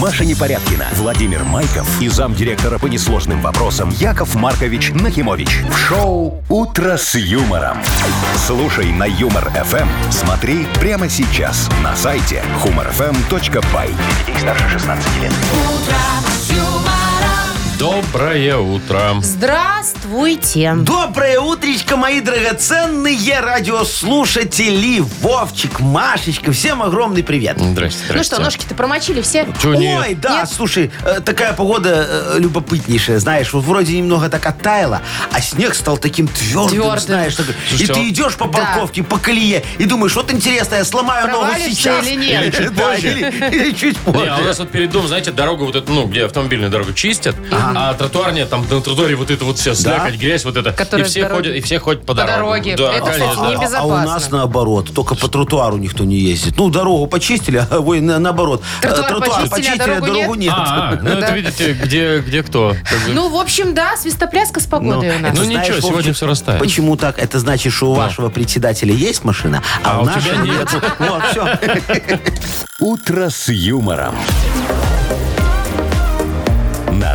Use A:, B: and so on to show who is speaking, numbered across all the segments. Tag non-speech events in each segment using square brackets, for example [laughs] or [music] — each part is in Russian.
A: Маша Непорядкина, Владимир Майков и замдиректора по несложным вопросам Яков Маркович Нахимович. В шоу «Утро с юмором». Слушай на «Юмор-ФМ». Смотри прямо сейчас на сайте humorfm.by. Для детей старше 16 лет.
B: Доброе утро.
C: Здравствуйте. Ну
D: Доброе утречко, мои драгоценные радиослушатели. Вовчик, Машечка, всем огромный привет.
B: Здрасте,
C: Ну что, ножки-то промочили все?
B: Чё нет?
D: Ой, да,
C: Нет?
D: слушай, э, такая погода э, любопытнейшая, знаешь, вот вроде немного так оттаяла, а снег стал таким твердым,
C: Твердым.
D: знаешь, такой. и
B: Слушайте, а-
D: ты идешь по
C: Да.
D: парковке, по колее, и думаешь, вот интересно, я сломаю ногу
C: Провалишься
D: сейчас.
C: или нет?
B: Или чуть
D: [laughs] Да,
B: позже.
D: или- или
B: Не,
D: чуть
B: а у
D: позже.
B: нас вот перед домом, знаете, дорога вот эта, ну, где автомобильную дорогу чистят, а тротуар нет, там на тротуаре вот это вот вся слякоть, грязь, вот это.
C: Которая
B: и,
C: с
B: все
C: дороги.
B: ходят, и все ходят по,
C: По дороге.
B: дороге.
C: Это, кстати,
B: конечно,
C: не без-
D: А у
C: безопасно.
D: нас наоборот, только по тротуару никто не ездит. Ну, дорогу почистили, [laughs] а ой, на- наоборот. Э,
C: Тротуар почистили, а дорогу
D: дорогу нет.
B: А,
D: [laughs]
B: а, ну это видите, где, где кто. как бы.
C: Ну, в общем, да, свистопляска с погодой у нас.
B: Ну, ничего,
D: Знаешь,
B: сегодня
D: Вовчик,
B: все растает.
D: Почему так? Это значит, что у вашего председателя есть машина, а,
B: А
D: у
B: у тебя
D: нашего
B: нет.
D: нету. [laughs] Вот,
B: [laughs]
D: все.
A: «Утро с юмором». На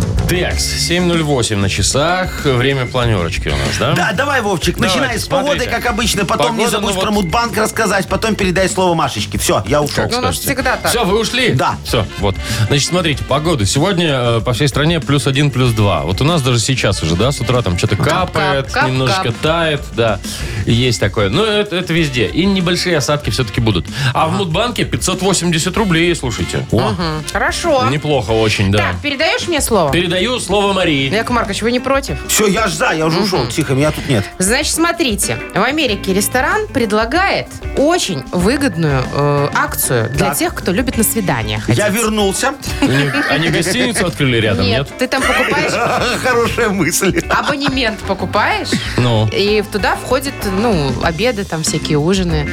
B: Так, 7.08 на часах, время планерочки у нас, да?
D: Да, давай, Вовчик,
B: Давайте,
D: начинай с погоды,
B: смотрите.
D: как обычно. Потом не
B: Погода,
D: забудь
B: ну вот-
D: про Мудбанк рассказать, потом передай слово Машечке. Все, я ушел.
C: Ну, у нас всегда так.
B: Все, вы ушли?
D: Да.
B: Все, вот. Значит, смотрите, погода. Сегодня э, по всей стране плюс один, плюс два. Вот у нас даже сейчас уже, да, с утра там что-то капает,
C: кап, кап.
B: немножечко тает, да. Есть такое. Но это, это везде. И небольшие осадки все-таки будут. А в Мудбанке 580 рублей, слушайте.
C: М, Хорошо.
B: Неплохо очень, да.
C: Так, передаешь мне слово? Ну,
B: Передаю слово Марии.
C: Яков Маркович, вы не против?
D: Все, я ж за, я уже ушел. Тихо, меня тут нет.
C: Значит, смотрите, в Америке ресторан предлагает очень выгодную э, акцию для
D: Так.
C: тех, кто любит на свидания ходить.
D: Я вернулся. [laughs]
B: У них- Они гостиницу открыли рядом, нет?
C: Нет, ты там
D: [laughs]
C: покупаешь
D: Хорошая мысль.
C: абонемент, покупаешь,
B: Ну.
C: и туда входят, ну, обеды там всякие, ужины.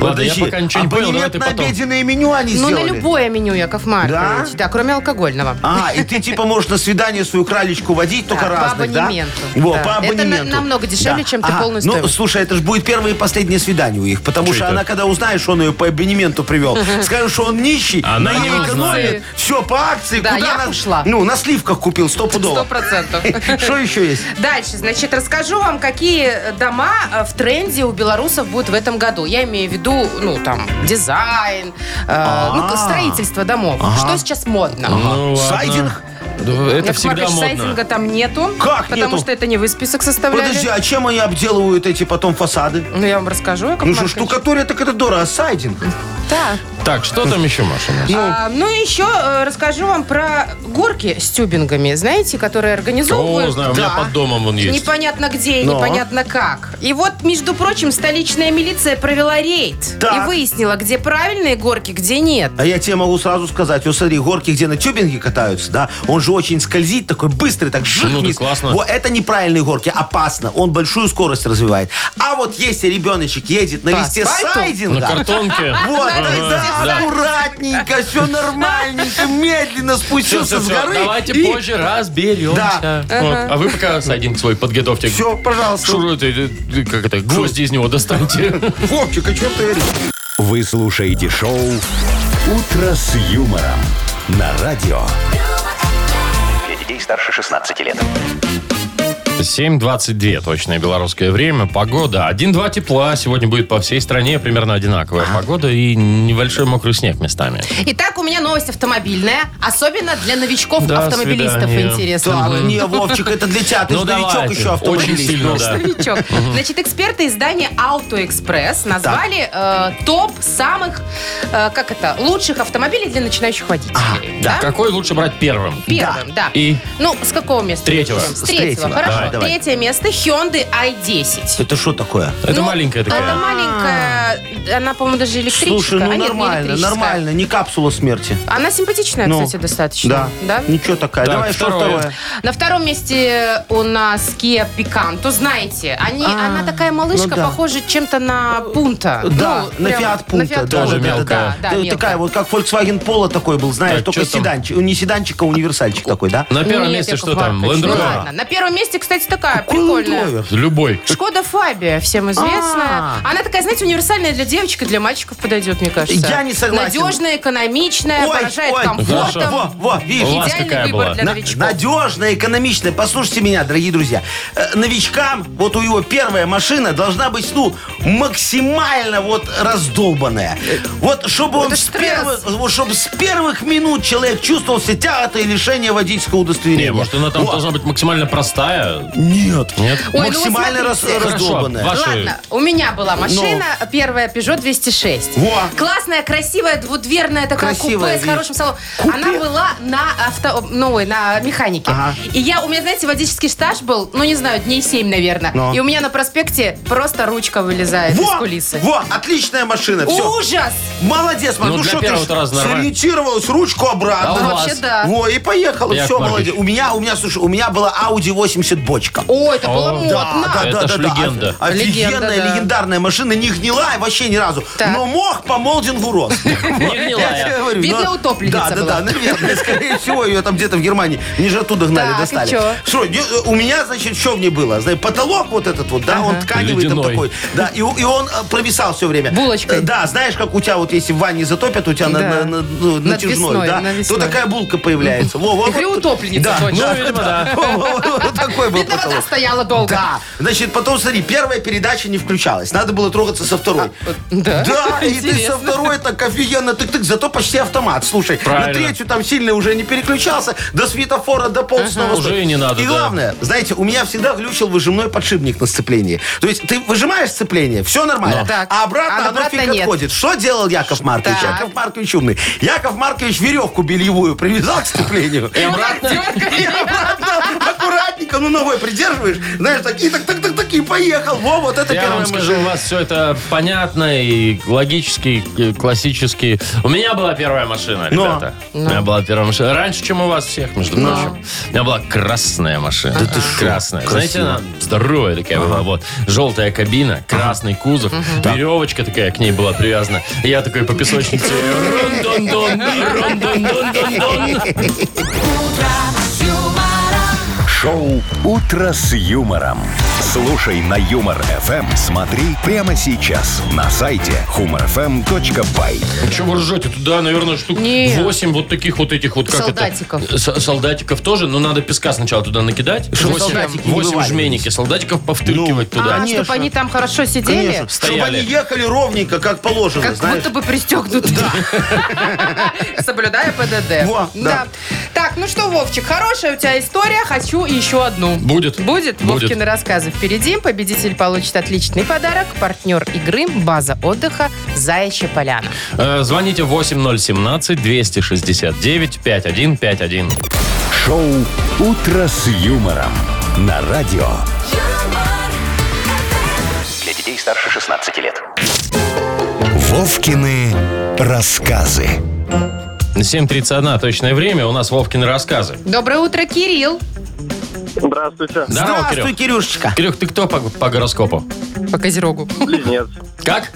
B: Ладно, я пока ничего не понял, давай
D: А абонемент
B: ты
D: на
B: потом.
D: обеденное меню они
C: Ну, на
D: сделали.
C: любое меню, Яков Маркович. Да, кроме алкогольного.
D: А, и ты типа можешь на свидание свою кралечку водить, только
C: Да, по
D: разных,
C: абонементу.
D: да? Во,
C: Да.
D: по
C: Это на-
D: абонементу.
C: намного дешевле, чем ты полную
D: Ну,
C: стоимость.
D: слушай, это же будет первое и последнее свидание у их, потому
B: Чё
D: что
B: это?
D: она, когда узнает, что он ее по абонементу привел, скажет, что он нищий,
B: Она
D: на ней
B: не узнает.
D: экономит, все по акции.
C: Да,
D: куда
C: я
D: она-
C: ушла.
D: Ну, на сливках купил,
C: Сто
D: стопудово.
C: процентов.
D: [laughs] Что еще есть?
C: Дальше, значит, расскажу вам, какие дома э, в тренде у белорусов будут в этом году. Я имею в виду, ну, там, дизайн, э, ну,
D: А.
C: строительство домов. Что сейчас модно?
B: Ну, ладно.
D: Сайдинг?
B: Да, Ну, Это
C: Яков
B: всегда
C: Маркович,
B: модно.
C: сайтинга там нету.
D: Как
C: Потому
D: нету?
C: что это не вы список составляли.
D: Подожди, а чем они обделывают эти потом фасады?
C: Ну, я вам расскажу, Яков
D: Ну что,
C: Маркович.
D: штукатуря, так это дорого, а сайдинг?
C: Да.
B: Так, что там еще, Маша? у нас?
C: А, ну, и еще э, расскажу вам про горки с тюбингами, знаете, которые организовывают.
B: О, знаю, у меня
C: Да.
B: под домом он есть.
C: Непонятно где и
D: Но.
C: непонятно как. И вот, между прочим, столичная милиция провела рейд
D: Так.
C: и выяснила, где правильные горки, где нет.
D: А я тебе могу сразу сказать, вот смотри, горки, где на тюбинге катаются, да, он же очень скользит, такой быстрый, так жик
B: Ну да,
D: вниз.
B: классно.
D: Во, это неправильные горки, опасно, он большую скорость развивает. А вот если ребеночек едет на
C: По
D: листе
C: асфальту?
D: сайдинга...
B: На картонке.
D: Вот,
C: Надо
D: тогда
B: да.
D: аккуратненько, все
B: [laughs]
D: нормальненько, медленно
B: Все,
D: спустился
B: все,
D: с
B: все.
D: горы.
B: Давайте позже разберемся.
D: Да.
B: Вот. А вы пока один свой подготовьте.
D: Все, пожалуйста.
B: Шуру, ты- ты- как это, гвозди из него достаньте.
D: Вовчик, а что ты говоришь?
A: Вы слушаете шоу «Утро с юмором» на радио. Для детей старше 16 лет.
B: 7.22 точное белорусское время. Погода 1-2 тепла. Сегодня будет по всей стране примерно одинаковая погода и небольшой мокрый снег местами.
C: Итак, у меня новость автомобильная, особенно для
B: До
C: новичков-автомобилистов
B: свидания.
C: интересно.
D: Так, не, Вовчик, это для тебя, ты
B: Ну,
D: же новичок
B: давайте.
D: еще
B: Очень
D: автомобилист.
B: сильно, да.
C: Новичок. Значит, эксперты издания «Аутоэкспресс» назвали э, топ самых, э, как это, лучших автомобилей для начинающих водителей.
D: да.
B: Какой лучше брать первым?
C: Первым, да.
B: И?
C: Ну, с какого места?
B: Третьего.
C: начнем? С
D: С
C: третьего,
D: третьего.
C: хорошо.
D: Давай, давай.
C: Третье место Hyundai i10.
D: Это что такое?
B: Это
C: Ну,
B: маленькая
C: Это
B: такая.
C: маленькая она, по-моему, даже электричка.
D: А. Слушай,
C: А,
D: ну
C: нет, не
D: нормально,
C: электрическая.
D: нормально, не капсула смерти.
C: Она симпатичная,
D: Ну,
C: кстати, достаточно.
D: Да. Ничего такая.
B: Так,
D: Давай, что
B: второе.
D: второе?
C: На втором месте у нас Kia Picanto. Знаете, они,
D: А,
C: она такая малышка,
D: ну да.
C: похожа чем-то на Пунта.
D: Да,
C: Ну,
D: на
C: прям
D: Фиат
C: на
D: Пунта.
C: Fiat
B: Тоже
D: даже, да,
B: мелкая.
D: да, да.
C: Да,
D: Ты
C: мелкая.
D: Такая вот, как Volkswagen Polo такой был, знаешь,
B: Так,
D: только
B: чё там?
D: sedanчик. Не седанчик, а универсальчик такой, да?
B: На первом
C: Нет,
B: месте
C: Яков
B: что там?
C: Маркович,
B: Land
C: Ну
B: Rover.
C: ладно. На первом месте, кстати, такая прикольная.
D: Крутой.
B: Любой.
C: Шкода Фабия, всем известная.
D: А.
C: Она такая, знаете, универсальная для девочек и для мальчиков подойдет, мне кажется.
D: Я не согласен.
C: Надежная, экономичная, Э, поражает комфортом.
B: хорошо.
D: Во, во, видишь.
B: У вас
C: Идеальный
B: какая
C: выбор
B: была?
C: для
D: На-
C: новичков.
D: Надежная, экономичная. Послушайте меня, дорогие друзья. Э, Новичкам вот у его первая машина должна быть, ну, максимально вот раздолбанная.
B: Э,
D: Вот чтобы он
C: Это
D: с
C: стресс.
D: первых, вот чтобы с первых минут человек чувствовал себя тяготой и лишение водительского удостоверения.
B: Не, может, она там
D: Во.
B: должна быть максимально простая?
D: Нет.
B: Нет?
D: [laughs]
C: Ой, ну вы
D: максимально раз-
C: смотрите.
D: раздолбанная.
B: Хорошо, Ваши-
C: Ладно, у меня была машина, первая Peugeot 206.
D: Во.
C: Классная, красивая, двудверная такая
D: Красивая,
C: купе с
D: видишь.
C: хорошим салоном. Она была на авто, ну, ой, на механике.
D: Ага.
C: И я, у меня, знаете, водительский стаж был, ну, не знаю, дней 7, наверное.
D: Но.
C: И у меня на проспекте просто ручка вылезает из
D: Во,
C: кулисы.
D: во, отличная машина. Все.
C: Ужас!
D: Молодец, Маш,
B: Ну,
D: ну,
B: для
D: что ты
B: первого-то раза нормально.
D: сориентировалась, ручку
B: А
D: обратно.
B: у
C: Вообще,
B: вас?
C: да.
D: Во, и поехала,
B: Яков
D: все,
B: Маркович.
D: молодец. У меня, у меня, слушай, у меня была Audi 80 бочка.
C: О, это было
B: О,
C: модно.
B: Это ж легенда.
D: Оф- Офигенная,
C: Легенда, да.
D: легендарная машина, не гнила вообще ни разу.
C: Так.
D: Но мог по
B: [laughs]
D: молдингу рос.
B: Не
D: Я тебе
B: гнилая.
D: говорю,
C: Видно,
D: ну,
C: утопленница
D: Да, да,
C: была.
D: да, наверное. Скорее всего, ее там где-то в Германии. Не же оттуда гнали,
C: Так, и
D: достали.
C: чё?
D: Что, не- у меня, значит, что в ней было? Знаешь, потолок вот этот вот, да, он тканевый там
B: Ледяной.
D: такой. Да, и, и он э, провисал все время.
C: Булочкой.
D: Э, Да, знаешь, как у тебя вот если в ванне затопят, у тебя на-
C: Да.
D: на- на- ну,
C: Над
D: натяжной,
C: весной,
D: да, то
C: навесной.
D: такая булка появляется. Во, во,
C: Я говорю,
D: вот-
C: утопленница
D: Да,
C: точно.
B: Ну, видимо, да.
D: во, во, во, вот такой был
C: Видно, вода
D: потолок.
C: стояла долго.
D: Да. Значит, потом, смотри, первая передача не включалась. Надо было трогаться со второй.
C: да?
B: [laughs]
D: и ты со
C: Интересно.
D: второй так офигенно тык-тык, зато почти автомат. Слушай,
B: Правильно.
D: на третью там сильно уже не переключался, до светофора дополз на восток.
B: Уже и не надо,
D: И
B: да.
D: главное, знаете, у меня всегда глючил выжимной подшипник на сцеплении. То есть ты выжимаешь сцепление, все нормально,
C: Но. Так.
D: а обратно
C: А
D: оно
C: обратно
D: фиг
C: нет.
D: отходит. Что делал Яков Маркович?
C: Так.
D: Яков Маркович умный. Яков Маркович веревку бельевую привязал к сцеплению. [laughs] И обратно аккуратненько, ну ногой придерживаешь, знаешь, так и так, так, так, так, и поехал. Во, вот это
B: Я
D: первая
B: вам скажу, у
D: машина.
B: вас все это понятно и логически, и классически. У меня была первая машина,
D: Но.
B: ребята. У меня была первая машина. Раньше, чем у вас всех, между прочим. У меня была красная машина. Да ты Красная. Знаете, она здоровая такая была. Вот. Желтая кабина, красный кузов, веревочка такая к ней была привязана. И Я такой по песочнице.
D: [laughs]
B: Рон-дон-дон, рон-дон-дон-дон-дон.
A: Шоу «Утро с юмором». Слушай на Юмор ФМ. Смотри прямо сейчас на сайте humorfm.by.
B: Че вы ржете? Туда, наверное, штук
C: Нет.
B: 8 вот таких вот этих вот, как
C: Солдатиков.
B: это? С- солдатиков тоже, но надо песка сначала туда накидать.
D: Чтобы
B: 8,
D: солдатики не вываливались.
B: жменики. Солдатиков повтыкивать туда.
C: А, чтобы
D: Конечно.
C: они там хорошо сидели,
D: Конечно. Чтобы
B: Стояли.
D: они ехали ровненько, как положено,
C: как
D: знаешь.
C: будто бы пристегнуты. [laughs] Соблюдая ПДД.
D: Во, да.
C: Так, ну что, Вовчик, хорошая у тебя история. Хочу еще одну.
B: Будет.
C: Будет?
B: Будет.
C: Вовкины рассказы впереди. Победитель получит отличный подарок. Партнер игры «База отдыха Заячья Поляна».
B: Э, Звоните 8017-269-5151.
A: Шоу «Утро с юмором» на радио.
E: Для детей старше 16 лет.
A: Вовкины рассказы.
B: 7.31 точное время. У нас Вовкины рассказы.
C: Доброе утро, Кирилл.
F: Здравствуйте,
B: Здорово,
D: Здравствуй,
B: Кирюх.
D: Кирюшечка.
B: Кирюх, ты кто по, по гороскопу?
C: По Козерогу.
F: близнец.
B: Как?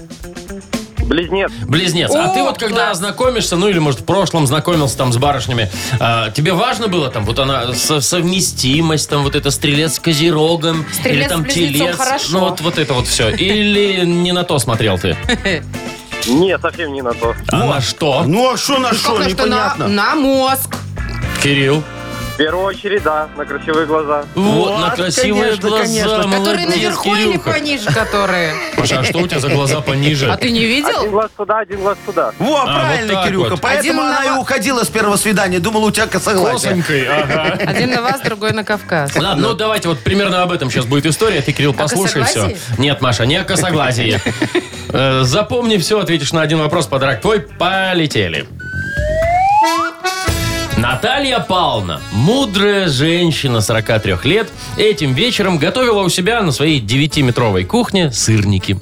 F: Близнец.
B: Близнец. а
C: О,
B: ты вот когда
C: класс.
B: знакомишься, ну или может в прошлом знакомился там с барышнями, а, тебе важно было там вот она со- совместимость, там вот это стрелец с козерогом,
C: Стрелец
B: или там
C: с близнецом
B: телец,
C: хорошо.
B: ну вот, вот это вот все. Или не на то смотрел ты.
F: Не, совсем не на то.
B: А на что,
D: Ну, а что на что,
C: Пока что на,
D: непонятно.
C: на мозг.
B: Кирилл?
F: В первую очередь, да, на красивые глаза.
B: Вот, на
D: Вот,
B: красивые
D: конечно,
B: глаза.
D: конечно.
B: молодец,
C: Которые наверху или
B: Кирюха.
C: пониже, которые?
B: Маша, а что у тебя за глаза
C: [laughs]
B: пониже?
C: А ты не
F: Один
C: видел?
F: глаз туда, один глаз туда.
D: Во,
B: А, вот
D: правильно,
B: так
D: Кирюха.
B: вот.
D: Поэтому
C: Один
D: она
C: на-
D: и уходила с первого свидания. Думала, у тебя косоглазие.
B: Косонькой, ага.
C: Один на вас, другой на Кавказ.
B: Ладно, ну давайте вот примерно об этом сейчас будет история. Ты, Кирилл, послушай все.
C: косоглазии?
B: Нет, Маша, не о косоглазии. Э, Запомни все, ответишь на один вопрос, подарок твой. Полетели. На Наталья Павловна, мудрая женщина 43 лет, этим вечером готовила у себя на своей 9-метровой кухне сырники.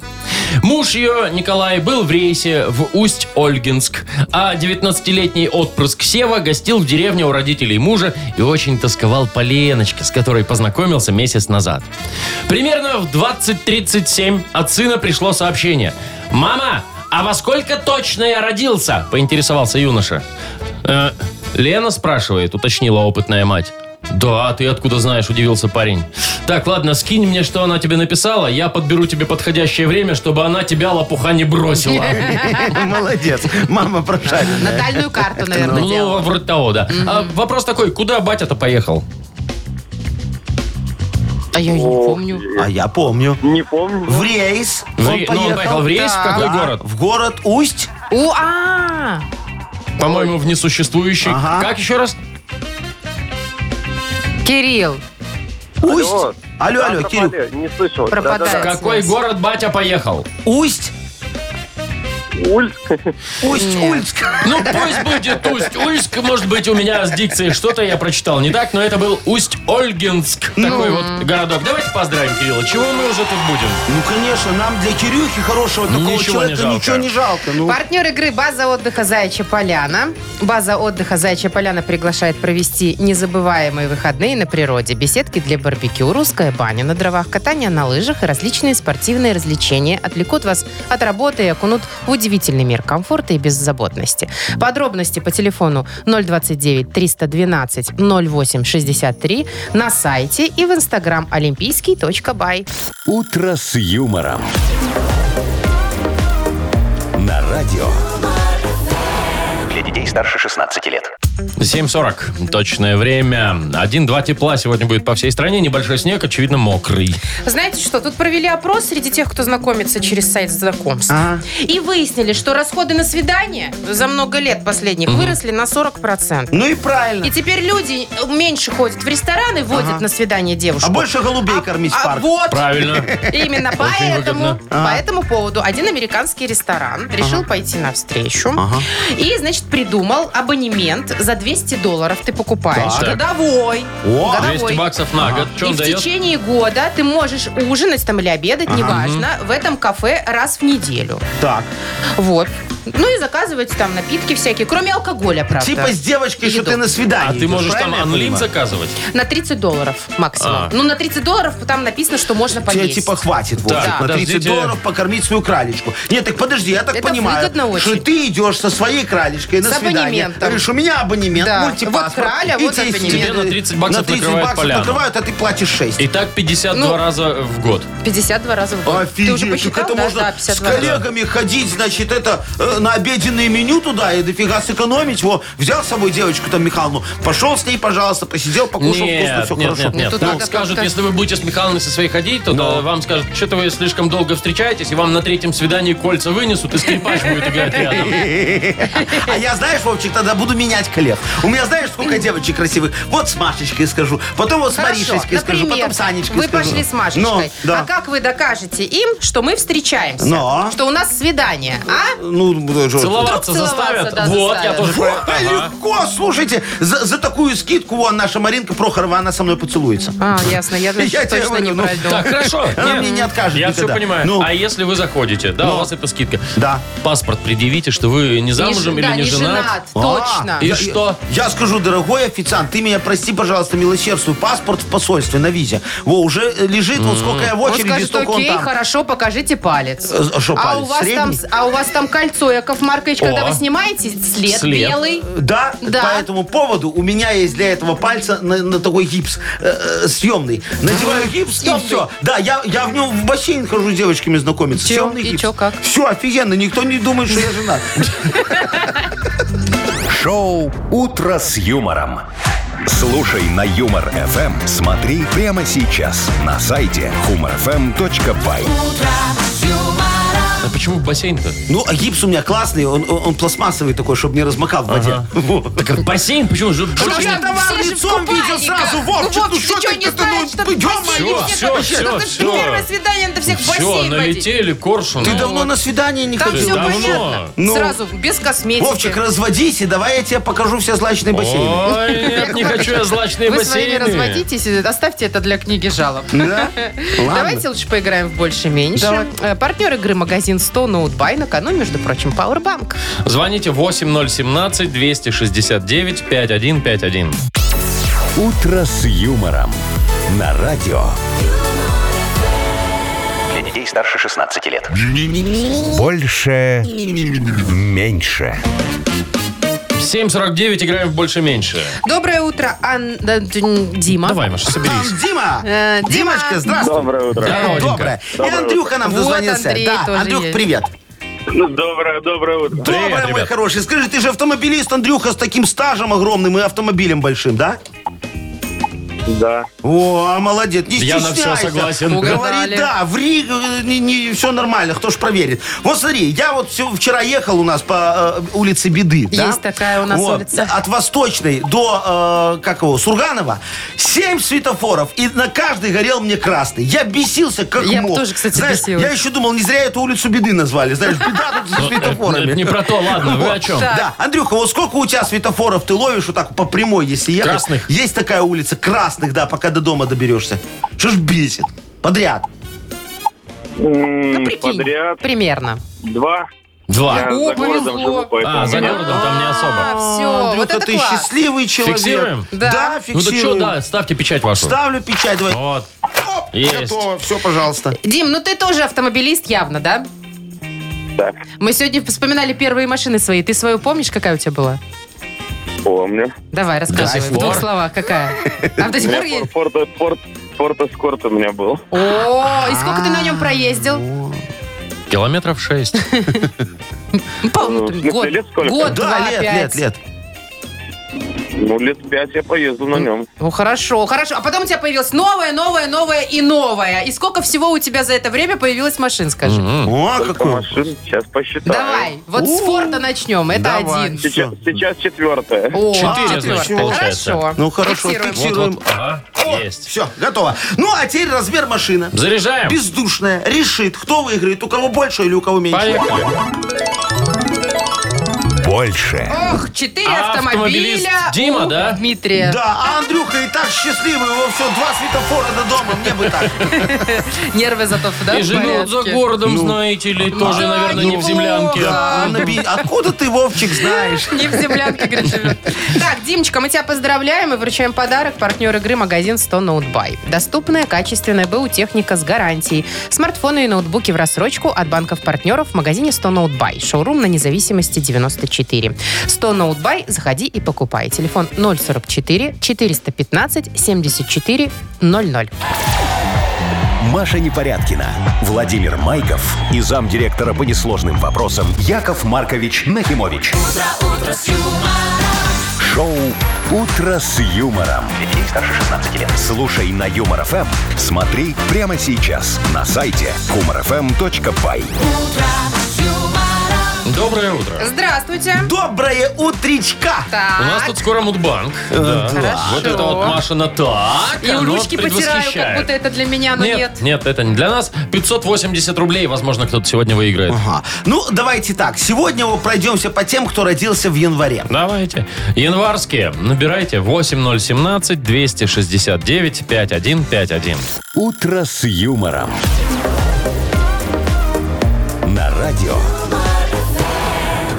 B: Муж ее, Николай, был в рейсе в Усть-Ольгинск, а 19-летний отпрыск Сева гостил в деревне у родителей мужа и очень тосковал по Леночке, с которой познакомился месяц назад. Примерно в 20.37 от сына пришло сообщение. «Мама, а во сколько точно я родился?» – поинтересовался юноша. «Э, «Лена спрашивает», – уточнила опытная мать. «Да, ты откуда знаешь?» – удивился парень. «Так, ладно, скинь мне, что она тебе написала. Я подберу тебе подходящее время, чтобы она тебя лопуха не бросила».
D: [laughs] Молодец. Мама прошаренная.
C: Натальную карту, наверное,
B: Ну,
C: делала.
B: вроде того, да. А вопрос такой, куда батя-то поехал?
C: А я и не
F: Ох,
C: помню.
D: А я помню.
F: Не помню.
D: В рейс.
B: В Ри- ну, он поехал в рейс? В какой
D: Да,
B: город?
D: В город Усть.
C: У, а,
B: По-моему, в несуществующий.
D: Ага.
B: Как еще раз?
C: Кирилл,
D: Усть.
F: Алло.
D: Алло,
F: Да,
D: алло,
F: пропали,
D: Кирюх.
F: Не слышал.
C: Пропадает.
F: Да-да-да.
B: Какой
C: связь.
B: город батя поехал?
D: Усть.
F: Ульск.
D: Усть,
C: Нет.
D: Ульск. [laughs]
B: Ну, пусть будет Усть-Ульск, может быть, у меня с дикцией что-то я прочитал не так, но это был Усть-Ольгинск,
C: Ну.
B: такой вот городок. Давайте поздравим Кирилла, чего мы уже тут будем?
D: Ну, конечно, нам для Кирюхи хорошего такого
B: Ничего не
D: человека
B: жалко.
D: ничего не жалко. Ну,
C: Партнер игры «База отдыха Заячья Поляна». База отдыха «Заячья Поляна» приглашает провести незабываемые выходные на природе. Беседки для барбекю, русская баня на дровах, катание на лыжах и различные спортивные развлечения отвлекут вас от работы и окунут в удивительный мир комфорта и беззаботности. Подробности по телефону 029-312-08-63 на сайте и в инстаграм олимпийский.бай.
A: «Утро с юмором». На радио.
E: Для детей старше 16 лет.
B: 7.40, точное время. Один-два тепла сегодня будет по всей стране, небольшой снег, очевидно, мокрый.
C: Знаете что, тут провели опрос среди тех, кто знакомится через сайт знакомств.
D: Ага.
C: И выяснили, что расходы на свидание за много лет последних выросли на 40%.
D: ну и правильно.
C: И теперь люди меньше ходят в рестораны, водят на свидание девушку.
D: А больше голубей кормить в
C: А
D: парк.
C: вот,
B: Правильно.
C: именно
B: выгодно.
C: поэтому,
D: А.
C: по этому поводу один американский ресторан решил пойти навстречу и, значит, придумал абонемент за 200 долларов ты покупаешь.
B: Так.
C: Годовой.
D: О,
C: Годовой. А.
B: 200 баксов на год. Что
C: И
B: он
C: в
B: дает?
C: течение года ты можешь ужинать там или обедать, неважно, в этом кафе раз в неделю.
D: Так.
C: Вот. Ну и заказывать там напитки всякие, кроме алкоголя, правда.
D: Типа с девочкой, что
C: Еду.
D: ты на свидание.
B: А ты
D: идешь,
B: можешь там
D: правильно я
B: анлин
D: понимаю?
B: заказывать?
C: На 30 долларов максимум.
B: А.
C: Ну, на 30 долларов там написано, что можно
D: Тебе
C: поесть.
D: типа хватит, Вовчик,
B: Так,
D: на 30
B: подождите.
D: долларов покормить свою кралечку. Нет, так подожди, я так
C: Это
D: понимаю,
C: выгодно очень.
D: что ты идешь со своей кралечкой на
C: С
D: свидание.
C: абонементом.
D: Говоришь, у меня абонемент,
C: Да.
D: мультипаспорт.
C: Вот краля,
D: и
C: вот
D: тебе
C: абонемент.
B: Тебе на 30 баксов
D: на 30
B: накрывают
D: баксов
B: поляну.
D: накрывают, а ты платишь 6.
B: И так 52
C: Ну.
B: раза в год.
C: 52 раза в год.
D: Офигеть,
C: Ты уже
D: так
C: посчитал,
D: это
C: да?
D: можно
C: Да,
D: с
C: 52 раза.
D: коллегами ходить, значит, это э, на обеденное меню туда и дофига сэкономить. Во, взял с собой девочку там Михайловну, пошел с ней, пожалуйста, посидел, покушал вкусно, все
B: нет,
D: хорошо. Ну.
B: нет, нет.
C: Ну, тут
B: Так
C: надо
B: скажут,
C: как-то-
B: если вы будете с Михайловной со своей ходить, то да, вам скажут, что-то вы слишком долго встречаетесь, и вам на третьем свидании кольца вынесут, и скрипач будет играть
D: [laughs]
B: рядом.
D: А я, знаешь, Вовчик, тогда буду менять коллег. У меня, знаешь,
C: [clears throat]
D: сколько девочек красивых? Вот с Машечкой скажу, потом вот с
C: Хорошо,
D: Маришечкой скажу,
C: например,
D: потом с Анечкой
C: Вы
D: скажу.
C: пошли с Машечкой.
D: Ну, да. Ну, а?
C: А как вы докажете им, что мы встречаемся?
D: Но.
C: Что у нас свидание, а?
D: Ну, да, Жорж.
B: Целоваться
C: Вдруг
B: заставят?
C: целоваться, да,
B: вот, я
C: заставят.
B: тоже...
D: Во,
B: про- Ага.
D: легко, слушайте, за, за такую скидку, вон, наша Маринка Прохорова, она со мной поцелуется.
C: А, ясно, я, значит,
D: [laughs] Я тебе
C: точно не
D: говорю, ну,
C: пройду.
B: Так, хорошо.
D: Она
B: Нет.
D: мне не откажет
B: Я
D: никогда.
B: все понимаю.
D: Ну.
B: А если вы заходите, да,
D: Ну.
B: у вас эта скидка.
D: Да.
B: Паспорт предъявите, что вы не
C: Не
B: замужем
C: ж-
B: или
C: да,
B: не женат.
D: А?
C: Точно.
B: И
D: Я-
B: что?
D: Я скажу, дорогой официант, ты меня прости, пожалуйста, милосердствуй. Паспорт в посольстве на визе. Во, уже лежит, вот сколько я в
C: Он
D: очереди,
C: скажет,
D: столько он
C: окей,
D: там.
C: хорошо, покажите палец.
D: Э, а что,
C: а,
D: палец
C: у вас там,
D: средний?
C: а у вас там кольцо, Яков Маркович, когда
B: О.
C: вы снимаете, след,
B: След.
C: белый.
D: Да,
C: Да.
D: по этому поводу у меня есть для этого пальца на, на такой гипс э, э, съемный. Надеваю гипс и
C: Съемный.
D: все. Да, я, я в нем в бассейн хожу с девочками знакомиться.
C: Чё?
D: Съемный
C: И
D: гипс.
C: чё, как?
D: Все, офигенно, никто не думает, что я жена.
A: Шоу «Утро с юмором». Слушай на Юмор ФМ. Смотри прямо сейчас на сайте humorfm.by.
G: Утро с юмором.
B: А почему в бассейн-то?
D: Ну, а гипс у меня классный, он, он- он пластмассовый такой, чтобы не размокал в воде. Вот.
B: Так бассейн? Почему? же
D: Чтоб
B: больше
D: я
B: не-
D: товар
C: ну, Все же в
D: лицом видел
C: купальниках.
D: сразу, Вовчик,
C: Ну,
D: ну
C: Вовчик,
D: что
C: ты что,
D: ты,
C: не знаешь, что
D: ну, идем,
C: бассейн
B: Всё,
D: они
C: все,
B: всё, всё,
C: это же
B: всё.
C: первое свидание, надо всех в
B: Все,
C: бассейн водить.
B: налетели коршуны.
D: Ты давно на свидание не
C: Там
D: ходил.
C: все
B: Ну давно.
C: понятно.
D: Ну.
C: Сразу, без косметики.
D: Вовчик, разводись, и давай я тебе покажу все злачные бассейны.
B: Ой, нет, не хочу я злачные
C: Вы с
B: бассейны.
C: вами разводитесь, э, оставьте это для книги жалоб. [laughs]
D: Да? Ладно.
C: Давайте лучше поиграем в больше-меньше.
D: Давай.
C: Э, Партнер игры магазин 100 ноутбай на кону, между прочим, Powerbank.
B: Звоните 8017-269-5151.
A: «Утро с юмором» на радио.
E: Для детей старше 16 лет.
A: Больше, меньше.
B: 7.49, играем в больше-меньше.
C: Доброе утро, Ан- да, д- Дима.
B: Давай, Маша, соберись.
D: Там Дима!
C: Э, Дима.
D: Димочка, здравствуй.
F: Доброе утро.
B: Здорово, Димка.
D: Доброе. И Андрюха нам
C: Вот
D: дозвонился.
C: Андрей
D: да,
C: тоже
D: Андрюх,
C: есть.
D: привет.
F: Ну, Доброе, доброе утро.
B: Привет,
D: Доброе, мой
B: ребят.
D: хороший. Скажи, ты же автомобилист, Андрюха, с таким стажем огромным и автомобилем большим, да?
F: Да.
D: О, молодец, не
B: Я на
D: стесняйся.
B: всё согласен.
C: Угадали.
D: Говорит, да, ври, э, не, все нормально, кто ж проверит. Вот смотри, я вот всё- вчера ехал у нас по э, улице Беды. да?
C: Есть такая у нас улица.
D: От Восточной до, э, как его, Сурганова, семь светофоров, и на каждый горел мне красный. Я бесился, как
C: Я бы
D: мог.
C: тоже, кстати,
D: Знаешь,
C: бесилась.
D: Я еще думал, не зря эту улицу Беды назвали. Знаешь, беда тут со светофорами.
B: Это Ну, э, не про то, ладно, вы о чем?
C: Так.
D: Да, Андрюха, вот сколько у тебя светофоров ты ловишь вот так по прямой, если ехать?
B: Красных?
D: Есть такая улица, красных, да, пока до дома доберешься. Что ж бесит? Подряд.
F: М,
C: Ну, прикинь,
F: Подряд
C: Примерно.
F: два.
B: Два.
C: О,
F: Я за городом
C: повезло.
F: живу, поэтому
B: А, за
F: меня-
B: городом там не
C: А,
B: особо.
C: все, вот
D: Андрюха,
C: это
D: ты
C: класс.
D: счастливый человек.
B: Фиксируем?
C: Да.
D: Да,
B: Ну так что,
D: фиксируем.
B: да, ставьте печать вашу.
D: Ставлю печать, давай.
B: Вот.
D: Оп,
B: Есть.
D: готово, все, пожалуйста.
C: Дим, ну ты тоже автомобилист явно, да?
F: Так,
C: Мы сегодня вспоминали первые машины свои. Ты свою помнишь, какая у тебя была?
F: помню.
C: Давай, рассказывай.
B: сих
C: в двух
B: пор.
C: словах, какая? А до
F: У
C: сих пор
F: меня
C: есть?
F: Форд, Форд, Форд Эскорт у меня был.
C: О, и сколько ты на нем проездил?
B: Километров шесть.
C: Ну, по-моему,
F: в смысле,
C: год,
F: лет сколько?
C: год,
D: Да,
C: два,
D: лет,
C: пять.
D: лет, лет.
F: Ну, лет пять я поездил на нем.
C: Ну, хорошо, хорошо. А потом у тебя появилось новое, новое, новое и новое. И сколько всего у тебя за это время появилось машин, скажи?
D: О,
F: Сколько
D: а какой.
F: машин? Сейчас посчитаю.
C: Давай, вот с
D: У-у-у.
C: Форда начнем. Это
D: Давай.
C: один.
F: Сейчас,
D: Всё.
F: сейчас четвертая.
C: О,
B: Четыре,
C: четвёртый.
B: значит, получается.
C: Хорошо.
D: а, Ну, хорошо,
C: Фиксируем.
D: фиксируем.
B: Вот-вот. Ага,
D: О,
B: Есть.
D: Все, готово. Ну, а теперь размер машина.
B: Заряжаем.
D: Бездушная. Решит, кто выиграет, у кого больше или у кого меньше.
B: Поехали.
A: Больше.
C: Ох, четыре
B: Автомобилист
C: автомобиля
B: Дима,
C: у
B: да?
C: Дмитрия.
D: Да, а Андрюха и так счастливый, его все, два светофора до дома, мне бы так.
C: Нервы зато да,
B: И
C: в
B: живет за
C: порядке?
B: городом, знаете ли, тоже,
C: Да,
B: наверное, не в
C: неплохо.
B: землянке.
D: Да, наби- А, Откуда ты, Вовчик, знаешь?
C: Не в землянке, говорит, живет. Так, Димочка, мы тебя поздравляем и вручаем подарок. Партнер игры магазин 100 ноутбай. Доступная, качественная БУ техника с гарантией. Смартфоны и ноутбуки в рассрочку от банков-партнеров в магазине 100 ноутбай. Шоурум на независимости 94. 100 ноутбай, заходи и покупай. Телефон 044 415 74 00.
A: Маша Непорядкина, Владимир Майков и замдиректора по несложным вопросам Яков Маркович Нахимович. Шоу Утро с юмором.
E: Для детей старше 16 лет.
A: Слушай на юмор ФМ, смотри прямо сейчас на сайте humorfm.by.
B: Доброе утро.
C: Здравствуйте.
D: Доброе утречка!
C: Так.
B: У нас тут скоро мудбанк. Да.
C: Э, Хорошо.
B: Вот это вот Машина так.
C: И
B: оно
C: ручки потираю, как
B: предвосхищает.
C: будто это для меня, но нет.
B: Нет, нет, это не для нас. 580 рублей, возможно, кто-то сегодня выиграет.
D: Ага. Ну, давайте так. Сегодня мы пройдемся по тем, кто родился в январе.
B: Давайте. Январские. Набирайте 8017-269-5151.
A: Утро с юмором. На радио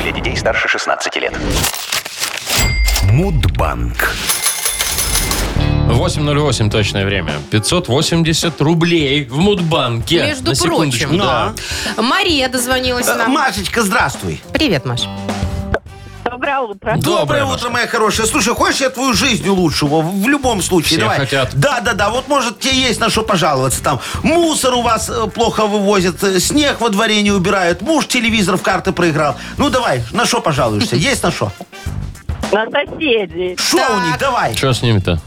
E: Для детей старше 16 лет.
A: Мудбанк.
B: 8.08 точное время. 580 рублей в Мудбанке.
C: Между
B: На секундочку,
C: прочим.
B: да.
C: Мария дозвонилась
D: Э,
C: нам.
D: Машечка, здравствуй.
C: Привет, Маш.
G: Доброе
C: А
G: утро.
B: Доброе
D: А Доброе
B: Маша.
D: утро, моя хорошая. Слушай, хочешь я твою жизнь улучшу? Во, В любом случае,
B: Все
D: давай.
B: хотят.
D: Да, да, да. Вот может тебе есть на что пожаловаться. Там мусор у вас э, плохо вывозят, э, снег во дворе не убирают, муж телевизор в карты проиграл. Ну давай, на что
B: [laughs]
D: пожалуешься? Есть на что?
G: На соседей.
D: Что у них? Давай.
B: Что с ними-то?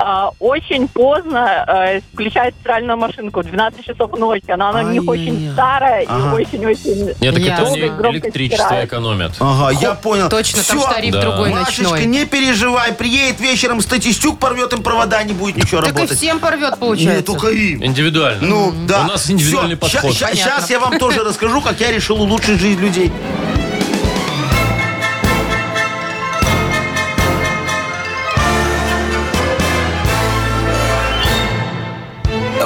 G: А, очень поздно э, включают стиральную машинку, 12 часов ночи. Она, она у них очень
C: Ай-яй-яй.
G: старая
D: Ага.
G: и очень-очень...
B: Нет, так это
C: Ясно.
B: они электричество экономят.
D: Ага, я понял.
C: Точно, там
D: Всё.
C: же тариф
B: Да.
C: другой
D: Машечка,
C: ночной.
D: не переживай, приедет вечером статистюк, порвет им провода, не будет ничего
C: так и
D: работать.
C: всем порвет,
D: Не,
C: получается.
D: только им.
B: Индивидуально.
D: Ну, да.
B: У нас индивидуальный подход.
D: Сейчас я
C: [laughs]
D: вам тоже расскажу, как я решил улучшить жизнь людей.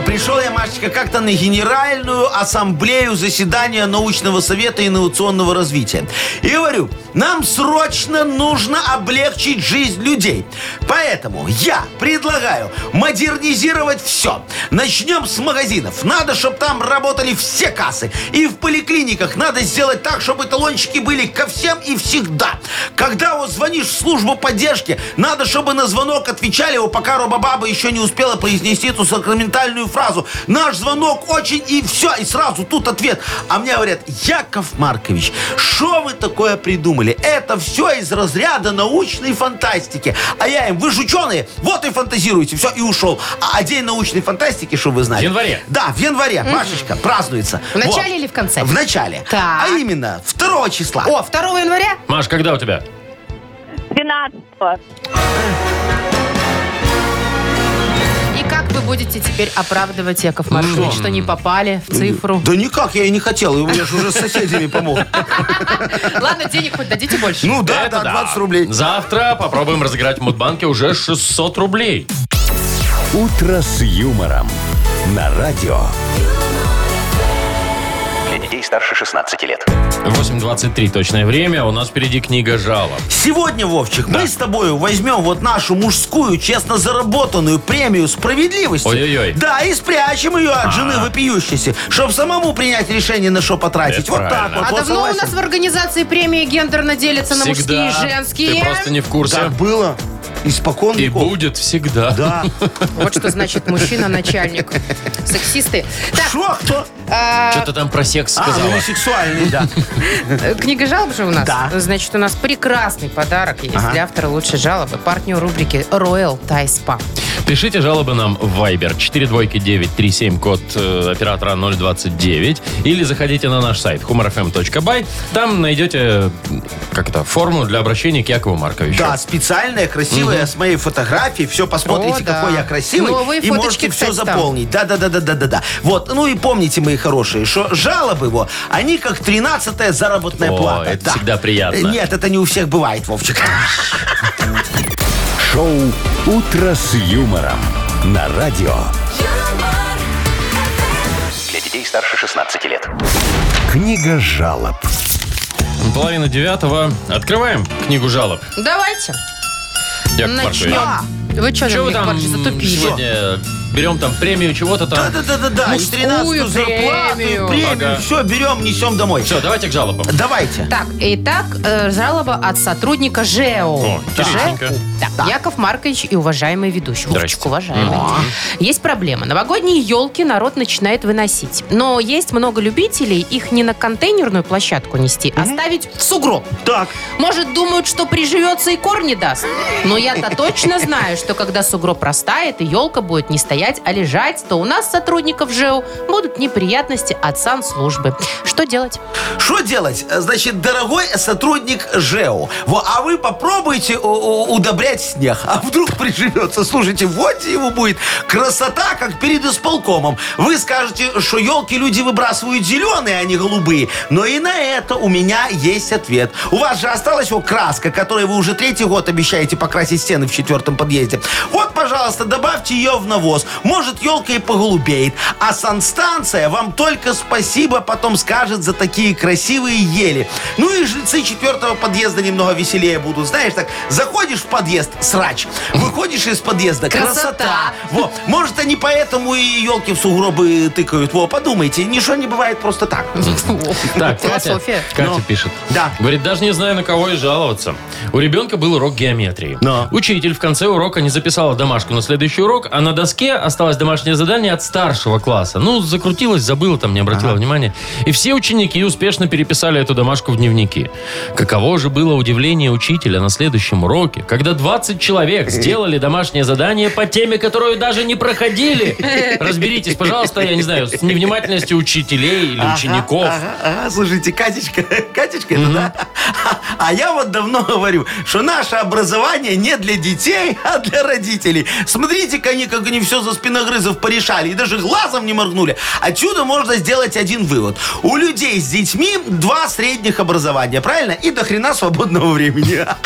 D: Пришел я, Машечка, как-то на Генеральную ассамблею заседания научного совета инновационного развития. И говорю, нам срочно нужно облегчить жизнь людей. Поэтому я предлагаю модернизировать все. Начнем с магазинов. Надо, чтобы там работали все кассы. И в поликлиниках надо сделать так, чтобы талончики были ко всем и всегда. Когда вот звонишь в службу поддержки, надо, чтобы на звонок отвечали, вот пока Робобаба еще не успела произнести эту сакраментальную фразу. Наш звонок очень и все, и сразу тут ответ. А мне говорят, Яков Маркович, что вы такое придумали? Это все из разряда научной фантастики. А я им, вы же ученые, вот и фантазируете. Все, и ушел. А а день научной фантастики, что вы знаете?
B: В январе.
D: Да, в январе, Машечка, празднуется.
C: В начале или в конце?
D: В начале.
C: Так.
D: А именно, 2 числа.
C: О, 2 января?
B: Маш, когда у тебя?
G: 12
C: И как вы будете теперь оправдывать, Яков
B: Ну,
C: Маркович, что не попали в цифру?
D: Да никак, я и не хотел. У меня же уже с соседями помог.
C: Ладно, денег хоть дадите больше.
D: Ну да,
B: Это
D: да, 20 рублей.
B: Завтра попробуем разыграть в Мудбанке уже 600 рублей.
A: «Утро с юмором» на радио.
E: Для детей старше 16 лет.
B: 8.23 точное время. У нас впереди книга жалоб.
D: Сегодня, Вовчик, мы с тобой возьмем вот нашу мужскую, честно заработанную премию справедливости.
B: Ой-ой-ой. А.
D: Да, и спрячем ее от жены вопиющейся, чтобы самому принять решение, на что потратить.
B: Это
D: вот
B: правильно.
D: так вот.
C: А
D: Вот
C: давно у
D: согласен?
C: нас в организации премии гендерно делятся на мужские
B: Всегда.
C: и женские?
B: Ты просто не в курсе.
D: Так было испокон
B: И
D: веков.
B: будет всегда.
D: Да.
C: Вот что значит мужчина-начальник. Сексисты. [laughs] Так,
D: Шо, кто?
B: Что-то там про секс
D: А,
B: сказала.
D: ну и сексуальный, да.
C: э, книга жалоб же у нас.
D: Да.
C: Значит, у нас прекрасный подарок есть для автора лучшей жалобы. Партнер рубрики Royal Thai Spa.
B: Пишите жалобы нам в Viber 42937, код э, оператора 029. Или заходите на наш сайт humorfm.by. Там найдете э, как это, форму для обращения к Якову Марковичу.
D: Да, специальная, красивая, с моей фотографией. Все, посмотрите,
C: О, да.
D: какой я красивый.
C: Новые
D: и
C: фоточки,
D: можете все
C: кстати, там.
D: заполнить. Да-да-да-да-да-да. Вот, ну и помните, мои хорошие, что жалобы его, они как 13-я заработная
B: О,
D: плата.
B: это
D: Да.
B: всегда приятно.
D: Нет, это не у всех бывает,
C: [laughs]
D: Вовчик.
A: Шоу «Утро с юмором» на радио.
H: юмор,
E: Для детей старше 16 лет.
A: Книга жалоб.
B: Половина девятого. Открываем книгу жалоб.
C: Давайте
B: Яков Маркович.
C: начнем. Вы что,
B: Чего вы там
C: затупили?
B: сегодня берем там премию чего-то там?
D: Да-да-да-да. И
C: Мужскую
D: 13-ю зарплату, и
C: премию.
B: Ага.
D: премию. Все, берем, несем домой.
B: Все, давайте к жалобам.
D: Давайте.
C: Так, итак, э, жалоба от сотрудника ЖЭО.
B: О, интересненько.
C: ЖЭО. Да. Яков Маркович и уважаемый ведущий.
B: Здрасте.
C: Вовчик, уважаемый. Есть проблема. Новогодние елки народ начинает выносить. Но есть много любителей их не на контейнерную площадку нести, а ставить в сугроб.
D: Так.
C: Может, думают, что приживется и корни даст. Но я-то точно знаю, что когда сугроб растает и елка будет не стоять, а лежать, то у нас, сотрудников ЖЭУ, будут неприятности от санслужбы. Что делать?
D: Что делать? Э, Значит, дорогой сотрудник ЖЭО, во, а вы попробуйте у- у- удобрять снег. А вдруг приживется? Слушайте, вот его будет красота, как перед исполкомом. Вы скажете, что елки люди выбрасывают зеленые, а не голубые. Но и на это у меня есть ответ. У вас же осталась вот краска, которой вы уже третий год обещаете покрасить стены в четвертом подъезде. Вот, пожалуйста, добавьте ее в навоз. Может, елка и поголубеет. А санстанция вам только спасибо потом скажет за такие красивые ели. Ну и жильцы четвертого подъезда немного веселее будут. Знаешь, так, заходишь в подъезд, срач. Выходишь из подъезда,
C: Красота.
D: красота. Во, может, они поэтому и елки в сугробы тыкают. Во, подумайте, ничего не бывает просто так.
B: [laughs] Так,
C: Философия.
B: Катя, Катя
D: Ну,
B: пишет.
D: да.
B: Говорит, даже не знаю, на кого и жаловаться. У ребенка был урок геометрии.
D: Но.
B: Учитель в конце урока не записала домашку доску на следующий урок, а на доске осталось домашнее задание от старшего класса. Ну, закрутилась, забыла там, не обратила внимания. И все ученики успешно переписали эту домашку в дневники. Каково же было удивление учителя на следующем уроке, когда 20 человек сделали домашнее задание по теме, которую даже не
D: [laughs]
B: проходили. Разберитесь, пожалуйста, я не знаю, с невнимательностью учителей или
D: Ага,
B: учеников.
D: Ага, ага. слушайте, Катечка, [laughs] Катечка, это да? [laughs] А я вот давно говорю, что наше образование не для детей, [laughs] а для родителей. Смотрите-ка они, как они все за спиногрызов порешали и даже глазом не моргнули. Отсюда можно сделать один вывод. У людей с детьми два средних образования, правильно? И до хрена свободного времени. [laughs]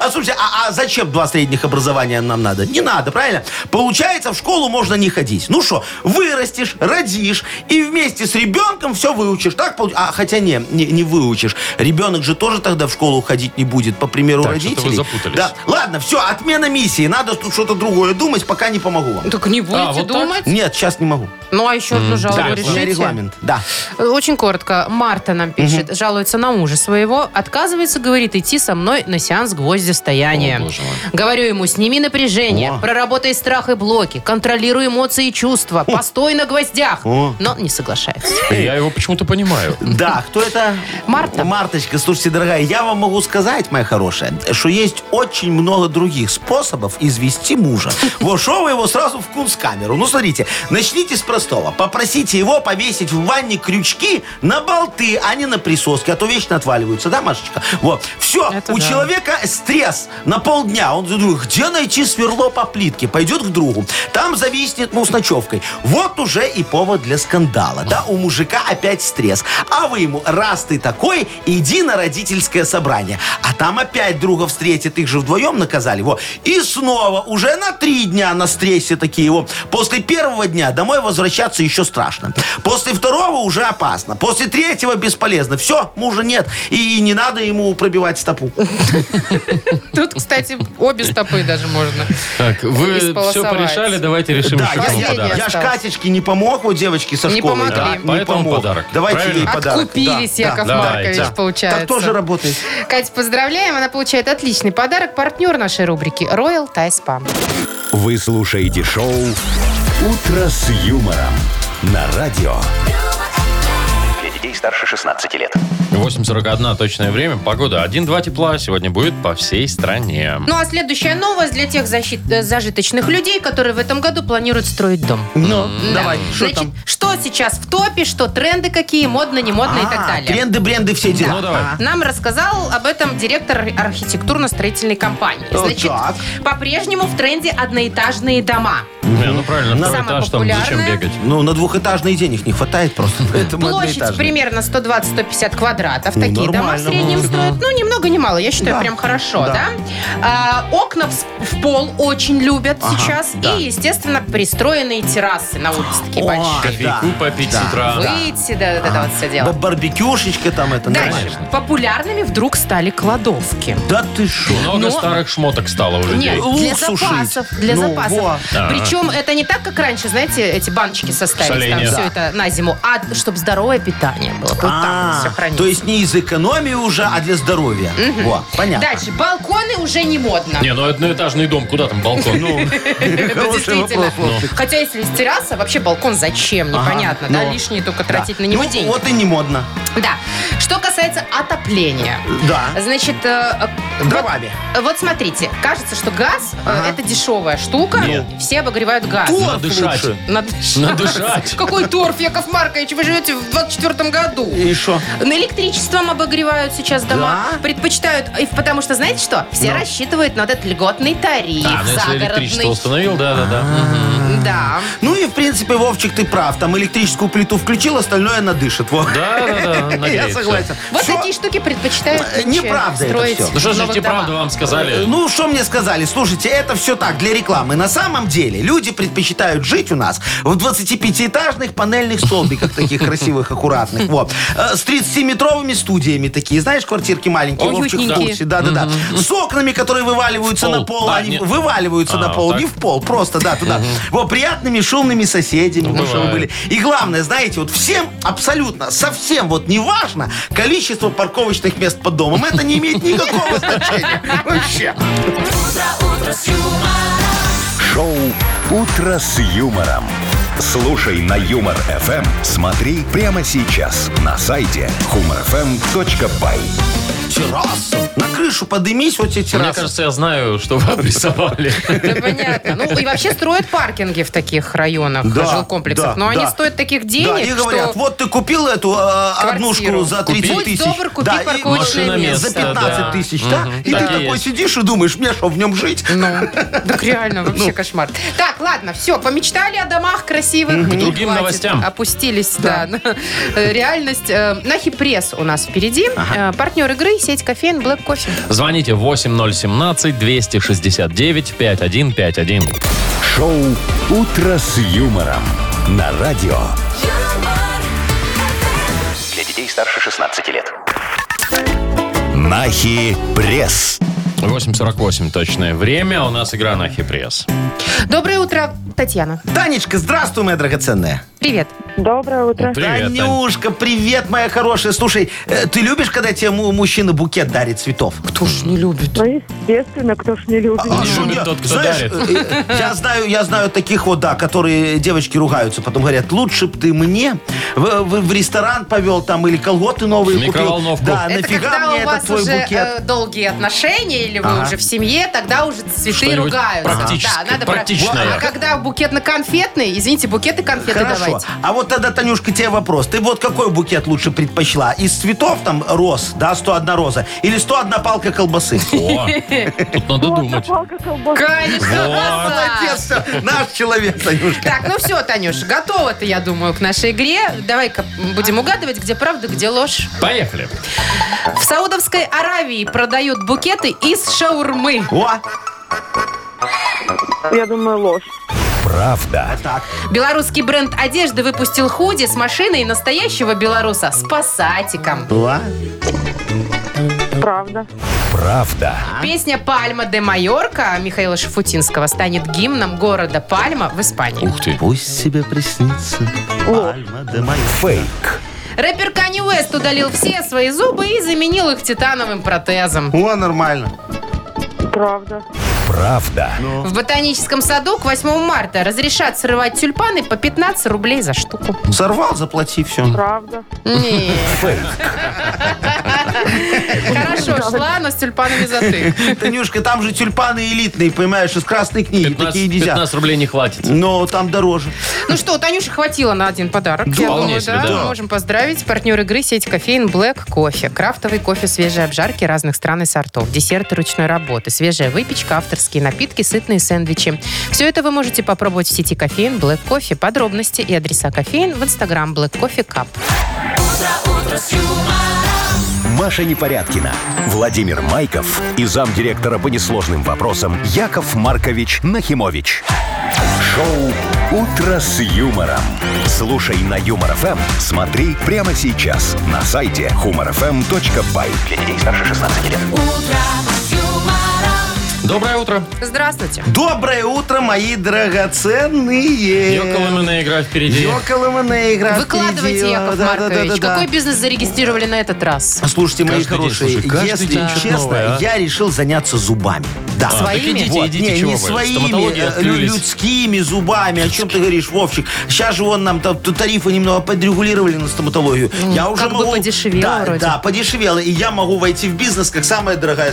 D: А слушайте, а, а зачем два средних образования нам надо? Не надо, правильно? Получается, в школу можно не ходить. Ну что, вырастешь, родишь и вместе с ребенком все выучишь. Так получ- А хотя не, не, не выучишь. Ребенок же тоже тогда в школу ходить не будет, по примеру
B: Так,
D: родителей.
B: что-то вы запутались.
D: Да. Ладно, все, отмена миссии. Надо тут что-то другое думать, пока не помогу вам.
C: Так Ну, не будете
B: А, вот так?
C: думать?
D: Нет, сейчас не могу.
C: Ну, а еще одну жалобу
B: да,
D: У меня
C: решите.
D: регламент. Да.
C: Очень коротко. Марта нам пишет. Жалуется на мужа своего. Отказывается, говорит, идти со мной на сеанс гвоздистояния.
B: О, боже мой.
C: Говорю ему, сними напряжение,
D: О.
C: проработай страх и блоки, контролируй эмоции и чувства, постой на гвоздях.
D: О.
C: Но не соглашается.
B: Я его почему-то понимаю.
D: Да, кто это?
C: Марта.
D: Марточка, слушайте, дорогая, я вам могу сказать, моя хорошая, что есть очень много других способов
C: [laughs]
D: извести мужа. Вот шо вы его сразу в кунсткамеру. Ну, смотрите, начните с простого. Попросите его повесить в ванне крючки на болты, а не на присоски, а то вечно отваливаются, да, Машечка? Вот. Все,
C: Это
D: у
C: да.
D: человека стресс на полдня. Он думает, где найти сверло по плитке? Пойдет к другу. Там зависнет, ну, с ночевкой. Вот уже и повод для скандала. Да, у мужика опять стресс. А вы ему, раз ты такой, иди на родительское собрание. А там опять друга встретит, их же вдвоем наказали. Во. И снова уже на три дня на стрессе такие. Во. После первого дня домой возвращаться еще страшно. После второго уже опасно. После третьего бесполезно. Все, мужа нет. И не надо ему пробивать стопу.
C: Тут, кстати, обе стопы даже можно.
B: Так, вы все
C: Исполосовать.
B: порешали, давайте решим
D: Да,
B: еще кому
D: я, я-
C: Последнее
B: подарок.
D: я ж
C: осталось.
D: Катечке не помог, вот девочки со
C: Не
D: школы.
C: помогли.
D: Да,
B: Да, поэтому подарок.
D: Давайте ей
B: Правильно?
D: подарок.
C: Откупились,
D: Да,
C: Яков
D: да,
C: Маркович,
D: да.
C: получается.
D: Так тоже работает.
C: Катя, поздравляем. Она получает отличный подарок. Партнер нашей рубрики Royal Thai Spa.
A: Вы слушаете шоу «Утро с юмором» на радио.
E: Для детей старше 16 лет.
B: 8.41 точное время. Погода 1-2 тепла сегодня будет по всей стране.
C: Ну а следующая новость для тех защит- э, зажиточных людей, которые в этом году планируют строить дом.
D: Ну, давай,
C: Да.
D: что
C: Значит,
D: там?
C: что сейчас в топе, что тренды какие, модно, не модно и так
D: А,
C: далее.
D: Тренды, бренды, все дела.
B: Ну, давай.
D: А.
C: Нам рассказал об этом директор архитектурно-строительной компании.
D: Вот
C: Значит,
D: так.
C: по-прежнему в тренде одноэтажные дома.
B: Не, ну правильно, второй
C: Самое
B: этаж там
C: популярное.
B: зачем бегать?
D: Ну, на двухэтажные денег не хватает [laughs] просто. Поэтому
C: Площадь
D: одноэтажные.
C: примерно 120-150 квадратов.
D: Ну,
C: Такие дома в
D: нормально,
C: среднем
D: ну,
C: строят. Ну, ни много ни мало. Я считаю,
D: Да.
C: прям хорошо, да?
D: Да.
C: А, окна в, с- в пол очень любят
D: Ага,
C: сейчас.
D: да.
C: И, естественно, пристроенные террасы на улице такие
D: О,
C: большие.
B: Кофейку
D: да,
B: попить с
D: да.
B: утра.
C: Выйти, да, да, да, вот все дело.
D: Б- Барбекюшечка там это.
C: Дальше.
D: нормально.
C: Популярными вдруг стали кладовки.
D: Да ты что?
B: Много
C: Но-
B: старых шмоток стало у людей.
C: Нет,
D: Лук
C: для
D: сушить.
C: запасов. Для
D: Ну,
C: запасов.
D: во.
C: Причем это не так, как раньше, знаете, эти баночки составить, там
B: Соленья.
C: все
B: Да.
C: это на зиму, а чтобы здоровое питание было. Вот там
D: А,
C: все хранить.
D: то есть не из экономии уже, а для здоровья. Во, понятно.
C: Дальше. Балконы уже не модно. [laughs]
B: Не, ну одноэтажный дом, куда там балкон? [laughs]
D: Ну,
C: Это действительно.
D: Вовчик.
C: Хотя если с терраса, вообще балкон зачем?
D: Ага,
C: Непонятно, да?
D: ну,
C: Лишние только
D: да.
C: тратить на него
D: Ну,
C: деньги.
D: Вот и не модно.
C: Да. Что касается отопления.
D: Да.
C: Значит, э, э,
D: Дровами.
C: вот, вот смотрите, кажется, что газ э,
D: Ага.
C: это дешевая штука.
B: Нет.
C: Все обогревают газ.
D: Торф
B: Надышать.
D: лучше.
C: Надышать.
B: Надышать.
C: [laughs] Какой торф, Яков Маркович, вы живете в 24 году.
D: И что?
C: На электричеством обогревают сейчас дома.
D: Да? Ну.
C: Предпочитают, и потому что, знаете что? Все рассчитывают на этот льготный тариф
B: А, ну если электричество
C: загородный.
B: установил, да-да-да.
C: Да.
D: Ну и, в принципе, Вовчик, ты прав. Там электрическую плиту включил, остальное надышит. Вот.
B: Да-да-да,
D: [laughs] Я
B: нагреется.
D: согласен.
C: Вот
D: Всё.
C: такие штуки предпочитают
D: Э, неправда это
C: строить
D: всё.
B: Ну что же,
C: новых
B: те
C: дома.
B: правду вам сказали?
D: Ну, что мне сказали? Слушайте, это все так, для рекламы. На самом деле, люди предпочитают жить у нас в 25-этажных панельных столбиках таких красивых, аккуратных. Вот. Э, С 30-метровыми студиями такие. Знаешь, квартирки маленькие, Вовчик в
C: Уютненькие.
D: курсе. Да-да-да. С окнами, которые вываливаются
B: В пол.
D: на пол.
B: А,
D: Они
B: нет.
D: вываливаются
B: А,
D: на
B: вот
D: пол,
B: так.
D: не в пол, просто, да, туда. Вот, приятными, шумными соседями. Ну, что вы
B: бывает.
D: были. И главное, знаете, вот всем абсолютно, совсем вот не важно количество парковочных мест под домом. Это не имеет никакого значения. Вообще.
A: Ну. Шоу «Утро с юмором». Слушай на Юмор ФМ. Смотри прямо сейчас на сайте humorfm.by.
D: Терраса. На крышу подымись, вот тебе терраса.
B: Мне кажется, я знаю, что вы [laughs] обрисовали.
C: Да понятно. Ну и вообще строят паркинги в таких районах,
D: Да,
C: жилкомплексах.
D: да,
C: Но они
D: да.
C: стоят таких
D: Да,
C: денег,
D: и говорят,
C: что...
D: вот ты купил эту э, однушку за
B: Купи.
D: 30
C: Будь
D: тысяч.
C: добр, купи
D: да, и
C: парковочное
B: Машина место,
D: за 15
B: да.
D: тысяч, да?
B: Мгм.
D: И
B: Так
D: ты
B: и
D: такой
B: есть.
D: сидишь и думаешь, мне что, в нем жить?
C: Ну, так реально, вообще кошмар. Так, ладно, все, помечтали о домах красивых. К
B: другим новостям.
C: Опустились, да. на, э, Реальность. Э, Нахи пресс у нас впереди. Э, Партнер игры сеть кофеин Black Coffee.
B: Звоните 8017-269-5151.
A: Шоу «Утро с юмором» на радио.
H: юмор,
E: Для детей старше 16 лет.
A: Нахи пресс.
B: 8.48 точное время. а У нас игра на хипресс.
C: Доброе утро, Татьяна.
D: Танечка, здравствуй, моя драгоценная.
C: Привет.
G: Доброе утро.
B: Привет, Тань.
D: Танюшка, привет, моя хорошая. Слушай, э, ты любишь, когда тебе му- мужчина букет дарит цветов?
C: Кто ж не любит?
G: Ну, естественно, кто ж не любит.
D: А
B: Не
D: что,
B: любит
D: я-
B: тот, кто
D: знаешь, э, э, Я знаю, я знаю таких вот, да, которые девочки ругаются, потом говорят, лучше бы ты мне в, в- в ресторан повел там или колготы новые купил.
B: Микроволновку.
D: Да,
C: Это
D: А нафига
C: когда
D: мне
C: у
D: этот
C: вас
D: твой
C: уже
D: букет?
C: э, долгие отношения, или вы
D: Ага.
C: уже в семье, тогда уже цветы
B: Что-нибудь
C: ругаются.
B: практическое,
C: да, надо про-
B: практичное.
C: А когда букетно-конфетный, извините, букеты-конфеты
D: Хорошо.
C: давайте.
D: А вот тогда, Танюшка, тебе вопрос. Ты вот какой букет лучше предпочла? Из цветов там роз, да, 101 роза, или 101 палка
C: [laughs]
D: колбасы?
B: О, тут надо думать.
G: Палка колбаса.
C: Конечно,
B: Вот.
C: красавчик.
D: Молодец, всё, наш человек, Танюшка.
C: Так, ну все, Танюш, готова ты, я думаю, к нашей игре. Давай-ка будем угадывать, где правда, где ложь.
B: Поехали.
C: В Саудовской Аравии продают букеты из шаурмы.
D: О,
G: Я думаю, ложь.
A: Правда.
D: так.
C: Белорусский бренд одежды выпустил худи с машиной настоящего белоруса с пассатиком.
D: Была?
G: Правда.
A: Правда.
C: Песня «Пальма де Майорка» Михаила Шафутинского станет гимном города Пальма в Испании.
B: Ух ты.
D: Пусть себе приснится пальма де Майо.
A: Фейк.
C: Рэпер Канни Уэст удалил все свои зубы и заменил их титановым протезом.
D: О, нормально.
G: Правда.
A: Правда.
C: В ботаническом саду к 8 марта разрешат срывать тюльпаны по 15 рублей за штуку.
D: Сорвал, заплати, все.
G: Правда.
C: Не. Хорошо, шла, но с тюльпанами за ты.
D: Танюшка, там же тюльпаны элитные, понимаешь, из красной книги.
B: 15,
D: Такие нельзя.
B: 15 рублей не хватит.
D: Но там дороже.
C: Ну что, у Танюши хватило на один подарок. Я
B: Вполне
C: думаю,
B: себе,
C: да,
B: да.
C: мы можем поздравить. Партнер игры сеть кофеин Black Кофе. Крафтовый кофе свежей обжарки разных стран и сортов. Десерты ручной работы. Свежая выпечка, авторские напитки, сытные сэндвичи. Все это вы можете попробовать в сети кофеин Black Кофе. Подробности и адреса кофеин в инстаграм Black Кофе Cup.
A: Маша Непорядкина, Владимир Майков и замдиректора по несложным вопросам Яков Маркович Нахимович. Шоу «Утро с юмором». Слушай на Юмор ФМ, смотри прямо сейчас на сайте humorfm.by.
E: Для детей старше 16 лет.
B: Доброе утро.
C: Здравствуйте.
D: Доброе утро, мои драгоценные.
B: Йоколымная игра впереди.
D: Йоколоманая игра
C: Выкладывайте,
D: впереди.
C: Яков
D: Да, да, да,
C: Маркович.
D: да, да.
C: Какой бизнес зарегистрировали на этот раз?
D: Слушайте, мои
B: Каждый день,
D: хорошие,
B: слушай, каждый
D: если
B: день что-то
D: честно,
B: новое, а?
D: я решил заняться зубами. Да.
B: А, так
C: Своими?
B: идите,
D: Вот,
B: идите,
D: не,
B: чего
D: не
B: вы.
D: своими
B: Стоматология
D: э, лю-
B: открылись.
D: людскими зубами. О чем ты говоришь, Вовчик? Сейчас же вон нам там т- тарифы немного подрегулировали на стоматологию. я уже
C: как бы
D: могу...
C: подешевело
D: да,
C: вроде.
D: Да, подешевело. И я могу войти в бизнес как самая дорогая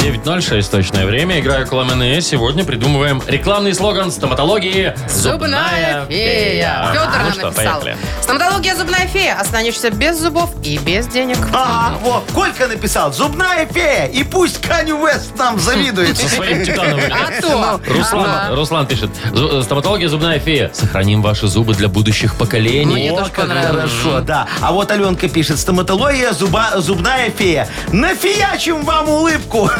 B: 9.06 точное время. Игра около МНЕ. Сегодня придумываем рекламный слоган стоматологии
C: Зубная фея. Федор
B: Ну
C: нам
B: что,
C: написал.
B: поехали.
C: Стоматология зубная фея. Останешься без зубов и без денег.
D: Ага, вот, Колька написал, зубная фея, и пусть Каню Уэст нам завидует.
B: Со своим титановым.
C: А то.
B: Руслан,
C: Ага.
B: Руслан пишет. «Зу- э, Стоматология зубная фея. Сохраним ваши зубы для будущих поколений.
C: [laughs] Мне
D: О,
C: тоже
D: как
C: понравилось.
D: хорошо, да. А вот Аленка пишет, стоматология, зуба- зубная фея. Нафиячим вам улыбку.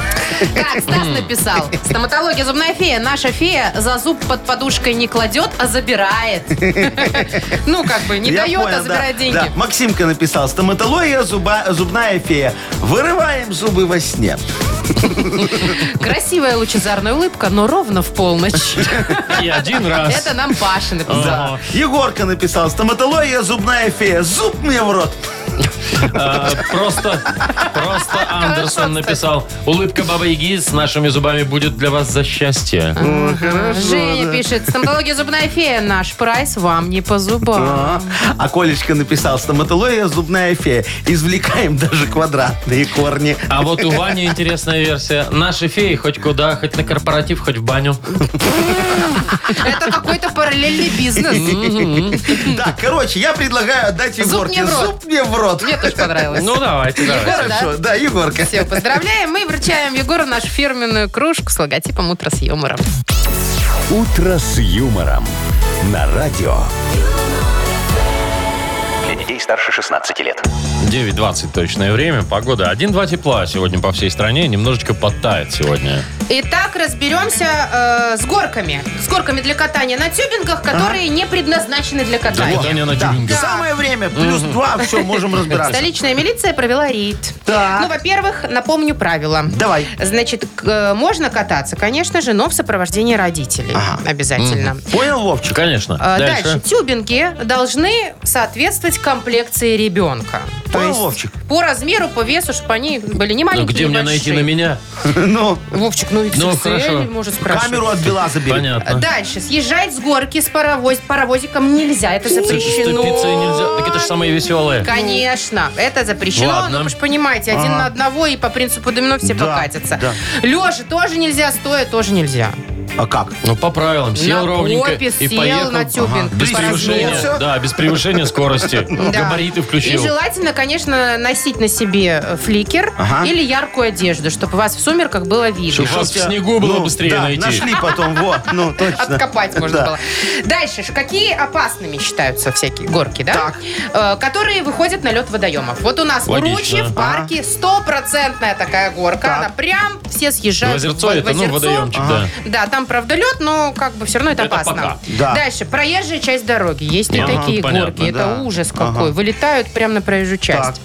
C: Так, Стас написал. Стоматология зубная фея. Наша фея за зуб под подушкой не кладет, а забирает.
D: [laughs]
C: Ну, как бы, [laughs] не
D: Я
C: дает,
D: понял,
C: а
D: да,
C: забирает
D: да.
C: деньги.
D: Максимка написал, стоматология, зуба- зубная фея. Вырываем зубы во сне.
C: Красивая лучезарная улыбка, но ровно в
D: [laughs]
C: полночь.
B: И один раз.
C: Это нам Паша написал.
D: Да. Егорка написал, стоматология, зубная фея. Зуб мне в рот.
B: А, Просто, просто Андерсон написал. Улыбка Бабы Яги с нашими зубами будет для вас за счастье.
C: Женя пишет, стоматология зубная фея, наш прайс вам не по зубам.
D: А Колечка написал, стоматология, зубная фея. Извлекаем даже квадратные корни.
B: А вот у Вани интересная версия. Наши феи хоть куда, хоть на корпоратив, хоть в баню.
C: Это какой-то параллельный бизнес.
D: Да, короче, я предлагаю отдать
C: Зуб мне
D: Егорке
C: в рот.
D: зуб мне в рот.
C: Мне тоже понравилось.
B: Ну, давайте, давайте.
D: Хорошо, да, Егорка.
C: Все, поздравляем. Мы вручаем Егору нашу фирменную кружку с логотипом «Утро с юмором».
A: «Утро с юмором» на радио.
E: Для детей старше 16 лет.
B: 9.20 точное время. Погода 1-2 тепла сегодня по всей стране. Немножечко подтает сегодня.
C: Итак, разберемся э, с горками. С горками для катания на тюбингах, которые не предназначены для катания.
B: Катание на
D: Да,
B: тюбингах.
D: самое время. Плюс два, все, можем разбираться.
C: Столичная милиция провела рейд.
D: Так.
C: Ну, во-первых, напомню правила.
D: Давай.
C: Значит, к- э, можно кататься, конечно же, но в сопровождении родителей. Обязательно.
D: Понял, Вовчик?
B: Конечно.
C: Э,
B: Дальше.
C: Тюбинги должны соответствовать комплекции ребенка. То
D: Понял,
C: есть
D: Вовчик? [laughs]
C: по размеру, по весу, чтобы они были не
B: Ну,
C: маленькие,
B: где
C: не
B: мне найти на
C: большие.
B: меня?
D: Ну,
C: Вовчик, ну и
B: Ну,
C: XXL
B: хорошо.
C: может спрашивать.
D: камеру от Бела забери.
B: Понятно.
C: Дальше. Съезжать с горки с паровоз- паровозиком нельзя. Это запрещено.
B: Ступиться нельзя. Так это же самые веселые.
C: Конечно, это запрещено.
B: Ладно. А.
C: Ну, вы же понимаете, один на одного и по принципу домино все
D: Да,
C: покатятся.
D: да.
C: Лежа тоже нельзя, стоя тоже нельзя.
D: А как?
B: Ну, по правилам. Сел
C: на
B: ровненько
C: попе
B: и
C: сел
B: поехал.
C: на тюбинг.
B: Без
C: по
B: превышения,
C: размеру.
D: Всё.
B: да, без превышения скорости.
C: [laughs] Да.
B: Ну, Габариты
C: И
B: включил.
C: желательно, конечно, носить на себе э, фликер
D: Ага.
C: или яркую одежду, чтобы вас в сумерках было видно.
B: Чтоб вас в
D: Тебя-
B: снегу было
D: Ну,
B: быстрее
D: да,
B: найти.
D: нашли потом, вот,
C: [laughs]
D: ну, точно.
C: Откопать можно
D: Да.
C: было. Дальше, ж, какие опасными считаются всякие горки, да? Э, которые выходят на лед водоемов. Вот у нас
B: Логично.
C: в Ручье, в парке, стопроцентная такая горка.
D: Так.
C: Она прям все съезжают.
B: В озерцо
C: в- в
B: это, ну,
C: озерцо.
B: водоемчик, да.
C: Да, там, правда, лед, но как бы все равно это,
B: Это
C: опасно.
B: пока.
D: Да.
C: Дальше, проезжая часть дороги. Есть и
B: Ага,
C: такие
B: понятно,
C: горки. Это
D: да.
C: ужас
D: Ага.
C: какой. Вылетают прямо на проезжую часть.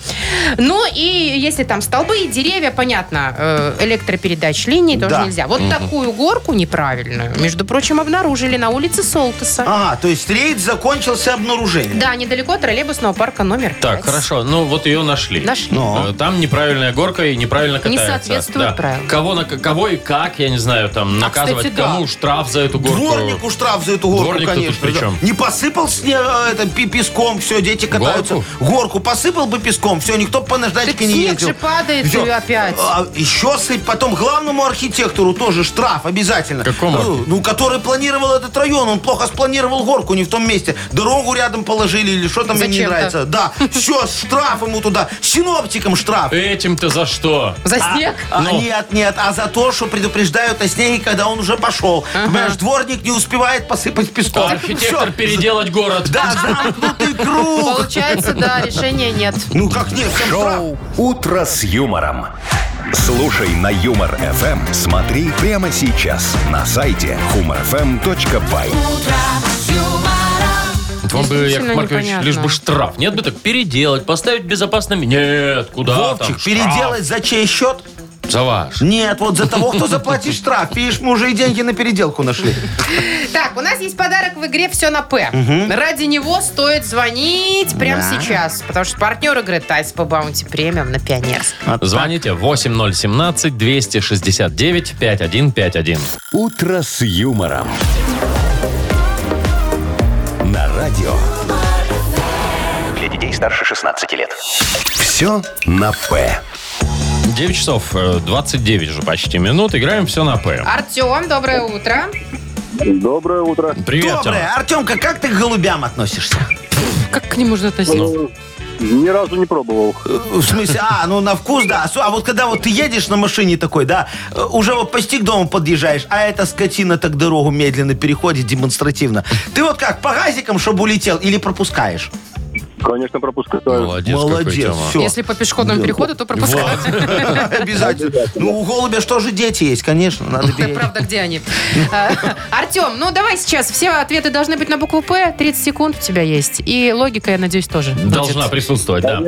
C: Ну и если там столбы и деревья, понятно, э, электропередач линий тоже
D: Да.
C: нельзя. А Вот такую горку неправильную, между прочим, обнаружили на улице Солтеса.
D: Ага, то есть рейд закончился обнаружением.
C: Да, недалеко от троллейбусного парка номер
B: Так,
C: пять.
B: хорошо. Ну, вот ее нашли.
C: Нашли.
D: Ну.
B: Э, Там неправильная горка и неправильно
C: Не
B: катается.
C: соответствует правилам. А,
B: Кого, на, кого и как, я не знаю, там, наказывать.
C: кстати, да.
B: Кому штраф за эту горку?
D: Дворнику штраф за эту горку,
B: Дворник-то тут
D: конечно.
B: при
D: да.
B: чем?
D: Не посыпал сне, э, это, пи- песком, все, дети катаются.
B: Горку?
D: Горку посыпал бы песком, все, никто бы по
C: Так
D: наждачке не
C: снег
D: ездил.
C: же падает
D: Всё.
C: и опять.
D: А, еще сыпь потом главному архитектору тоже штраф обязательно.
B: Какому?
D: Ну, ну, который планировал этот район, он плохо спланировал горку, не в том месте. Дорогу рядом положили или что там мне не
C: Зачем-то.
D: нравится. Да, все, штраф ему туда. Синоптиком штраф.
B: Этим-то за что?
C: За снег?
D: А,
B: Ну.
D: Нет, нет, а за то, что предупреждают о снеге, когда он уже пошел. Понимаешь, дворник не успевает посыпать песком.
B: Архитектор
D: Всё.
B: переделать город.
D: Да, замкнутый круг.
C: Получается, да, решения нет.
D: Ну как нет, всем штраф.
A: Шоу «Утро с юмором». Слушай на Юмор ФМ. Смотри прямо сейчас на сайте humorfm.by.
B: Вот Вам бы,
C: Действительно
B: Яков Маркович,
C: непонятно.
B: лишь бы штраф. Нет бы так переделать, поставить безопасными. Нет, куда там
D: Вовчик,
B: штраф?
D: переделать за чей счет?
B: За ваш.
D: Нет, вот за того, кто заплатит штраф. Видишь, мы уже и деньги на переделку нашли.
C: Так, у нас есть подарок в игре «Все на П». Ради него стоит звонить прямо сейчас, потому что партнер игры «Тайс по баунти премиум» на Пионерск.
D: А
B: Звоните 8017-269-5151.
A: «Утро с юмором». На радио.
E: Для детей старше 16 лет.
A: Все на «П».
B: 9 часов э, 29 же почти минут. Играем все на П.
D: А.
C: Артем, доброе утро.
F: Доброе утро.
B: Привет, Тёма.
D: Доброе. Артемка, как ты к голубям относишься?
C: Как к ним можно относиться?
F: Ни разу не пробовал.
D: Э, В смысле, а, ну на вкус, да. Су- А вот когда вот ты едешь на машине такой, да, э, уже вот почти к дому подъезжаешь, а эта скотина так дорогу медленно переходит демонстративно. Ты вот как, по газикам, чтобы улетел, или пропускаешь?
F: Конечно, пропускаю.
B: Молодец, какой, Тёма.
D: всё.
C: Если по пешеходному переходу, то пропускают.
D: [laughs] Обязательно. Ну, у голубя что же дети есть, конечно, надо беречь.
C: Правда, где они? [laughs] Артем, ну давай сейчас. Все ответы должны быть на букву П. 30 секунд у тебя есть. И логика, я надеюсь, тоже. будет.
B: Должна присутствовать, да.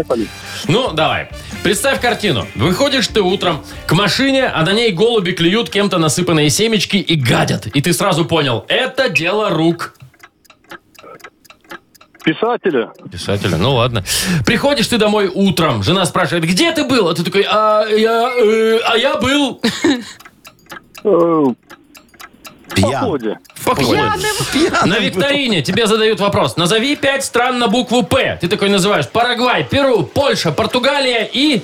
B: Ну, давай. Представь картину. Выходишь ты утром к машине, а на ней голуби клюют кем-то насыпанные семечки и гадят. И ты сразу понял, это дело рук.
F: Писателя.
B: Писателя, ну ладно. Приходишь ты домой утром, жена спрашивает, где ты был? А ты такой, а я, э, а я был
F: э, В
D: Пьян.
B: в походе.
C: Пьяным.
B: На викторине тебе задают вопрос. Назови пять стран на букву «П». Ты такой называешь Парагвай, Перу, Польша, Португалия и...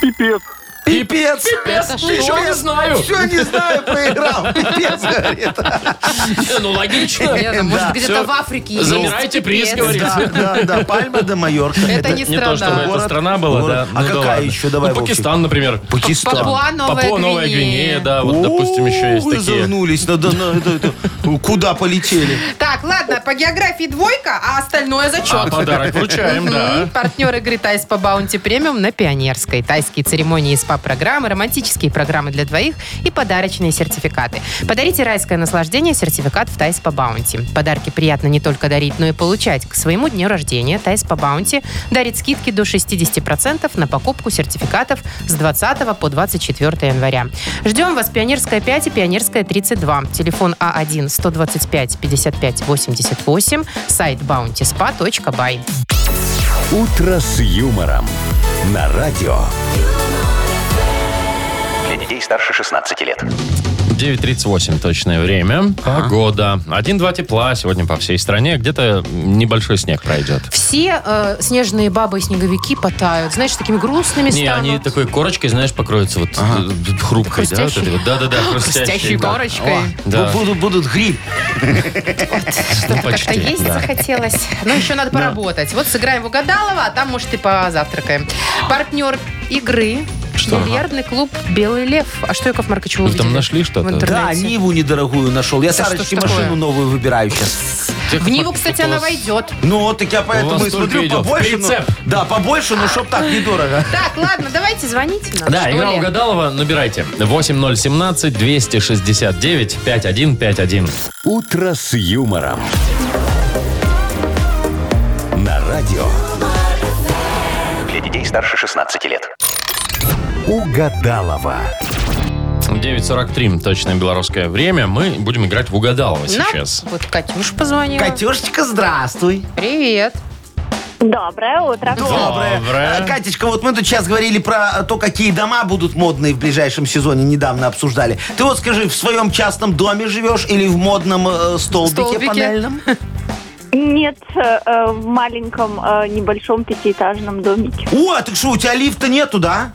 F: Пипец.
D: Пипец.
C: Это что?
B: Еще Ну, не знаю.
D: Все, не знаю, проиграл. Пипец, говорит.
C: [laughs]
B: Не, [laughs] Ну, логично.
C: Я думаю, Может,
D: Да,
C: где-то
B: всё.
C: в Африке есть
B: Забирайте приз,
C: пипец.
B: говорит.
D: Да, да, да, Пальма де Майорка.
C: Это не
B: Не то, чтобы
C: страна.
B: это
D: Город,
B: страна была,
D: город.
B: да.
D: А
B: Ну да
D: какая
B: ладно.
D: еще? Давай,
B: Ну, Пакистан, например.
D: Пакистан.
C: Папуа, Новая
B: Папуа, Новая Гвинея, да, вот, допустим, еще есть
D: Ой,
B: такие.
D: загнулись. Надо- надо- это- это- Куда полетели?
C: Так, ладно, по географии двойка, а остальное зачет.
B: А подарок вручаем, да.
C: Мгм. Партнер игры Тайс по Баунти Премиум на Пионерской. Тайские церемонии и СПА-программы, романтические программы для двоих и подарочные сертификаты. Подарите райское наслаждение, сертификат в Тайс по Баунти. Подарки приятно не только дарить, но и получать. К своему дню рождения Тайс по Баунти дарит скидки до 60% на покупку сертификатов с 20 по 24 января. Ждем вас Пионерская 5 и Пионерская 32. Телефон А А1-125-55-88, сайт bountyspa.by.
A: «Утро с юмором» на радио.
E: Для детей старше 16 лет.
B: 9.38 точное время. Погода. Один-два тепла сегодня по всей стране. Где-то небольшой снег пройдет.
C: Все э, снежные бабы и снеговики потают. Знаешь, такими грустными
B: Не,
C: станут.
B: они такой корочкой, знаешь, покроются вот э, хрупкой, да? вот
C: Хрустящей.
B: этой вот. Да-да-да,
C: [laughs]
B: хрустящей.
C: Хрустящей
B: да.
C: корочкой.
B: Да.
D: Бу- Будут, будут гриль.
B: Что
C: Как-то
B: почти,
C: есть
B: да.
C: захотелось. Но еще надо поработать. Вот сыграем в Угадалова, а там, может, и позавтракаем. Партнер игры
B: Что?
C: Бильярдный клуб «Белый лев». А что, Яков Маркович, вы
B: Ну, там
C: увидели
B: нашли что-то?
C: в
D: Да,
C: интернете?
D: Ниву недорогую нашел. Я
C: Да
D: Сарочке
C: что ж такое?
D: машину новую выбираю сейчас.
B: Яков
C: В Ниву,
B: Маркович,
C: кстати,
B: у
C: она
B: вас-
C: войдет.
D: Ну вот, так я
B: У вас
D: поэтому и
B: только
D: смотрю
B: идет
D: побольше. ну,
B: прицеп.
D: Да, побольше, но чтоб так
C: [laughs]
D: недорого.
C: Так, ладно, давайте звоните нам.
B: Да,
C: что
B: игра
C: ли?
B: Угадалова, набирайте. 8017-269-5151.
A: «Утро с юмором». На радио
E: Для детей старше 16 лет.
A: «Угадалова».
B: 9.43, точное белорусское время. Мы будем играть в Угадалова
C: Нам
B: сейчас.
C: вот Катюш позвонила.
D: Катюшечка, здравствуй.
C: Привет.
G: Доброе утро.
D: Доброе.
B: Доброе.
D: А, Катечка, вот мы тут сейчас говорили про то, какие дома будут модные в ближайшем сезоне, недавно обсуждали. Ты вот скажи, в своем частном доме живешь или в модном э, столбике,
C: Столбике.
D: панельном?
G: Нет, э, э, в маленьком э, небольшом пятиэтажном домике.
D: О, так что, у тебя лифта нету, да?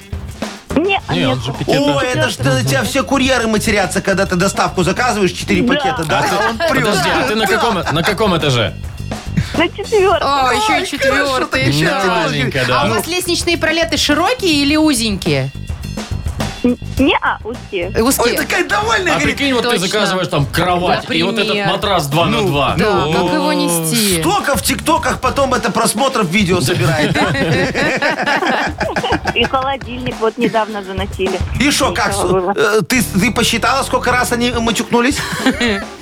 G: Не, а
B: Не,
G: нет.
B: он же
D: О,
B: пятиэтажный.
D: это ж ты- тебя все курьеры матерятся, когда ты доставку заказываешь, 4
G: Да.
D: пакета, да? А он прет.
B: Подожди, а ты на каком, на каком этаже?
G: На четвертом.
B: А.
C: О, еще и
D: хорошо,
C: четвертый.
D: ты
C: да.
D: еще
B: Маленько,
C: А у
B: да. Ну.
C: вас лестничные пролеты широкие или узенькие?
G: Не, а, узкие.
C: Э, Узкие.
D: Ой, такая довольная,
B: А
D: говорит.
B: прикинь, вот ты
C: Точно.
B: заказываешь там кровать и вот этот
C: Например.
B: матрас 2 на Ну, 2.
C: Ну, Да, как его нести?
D: Столько в ТикТоках потом это просмотров видео
C: [laughs]
D: собирает.
G: И холодильник вот недавно заносили.
D: И что, как?
G: Весело было.
D: э, Ты, ты посчитала, сколько раз они матюкнулись?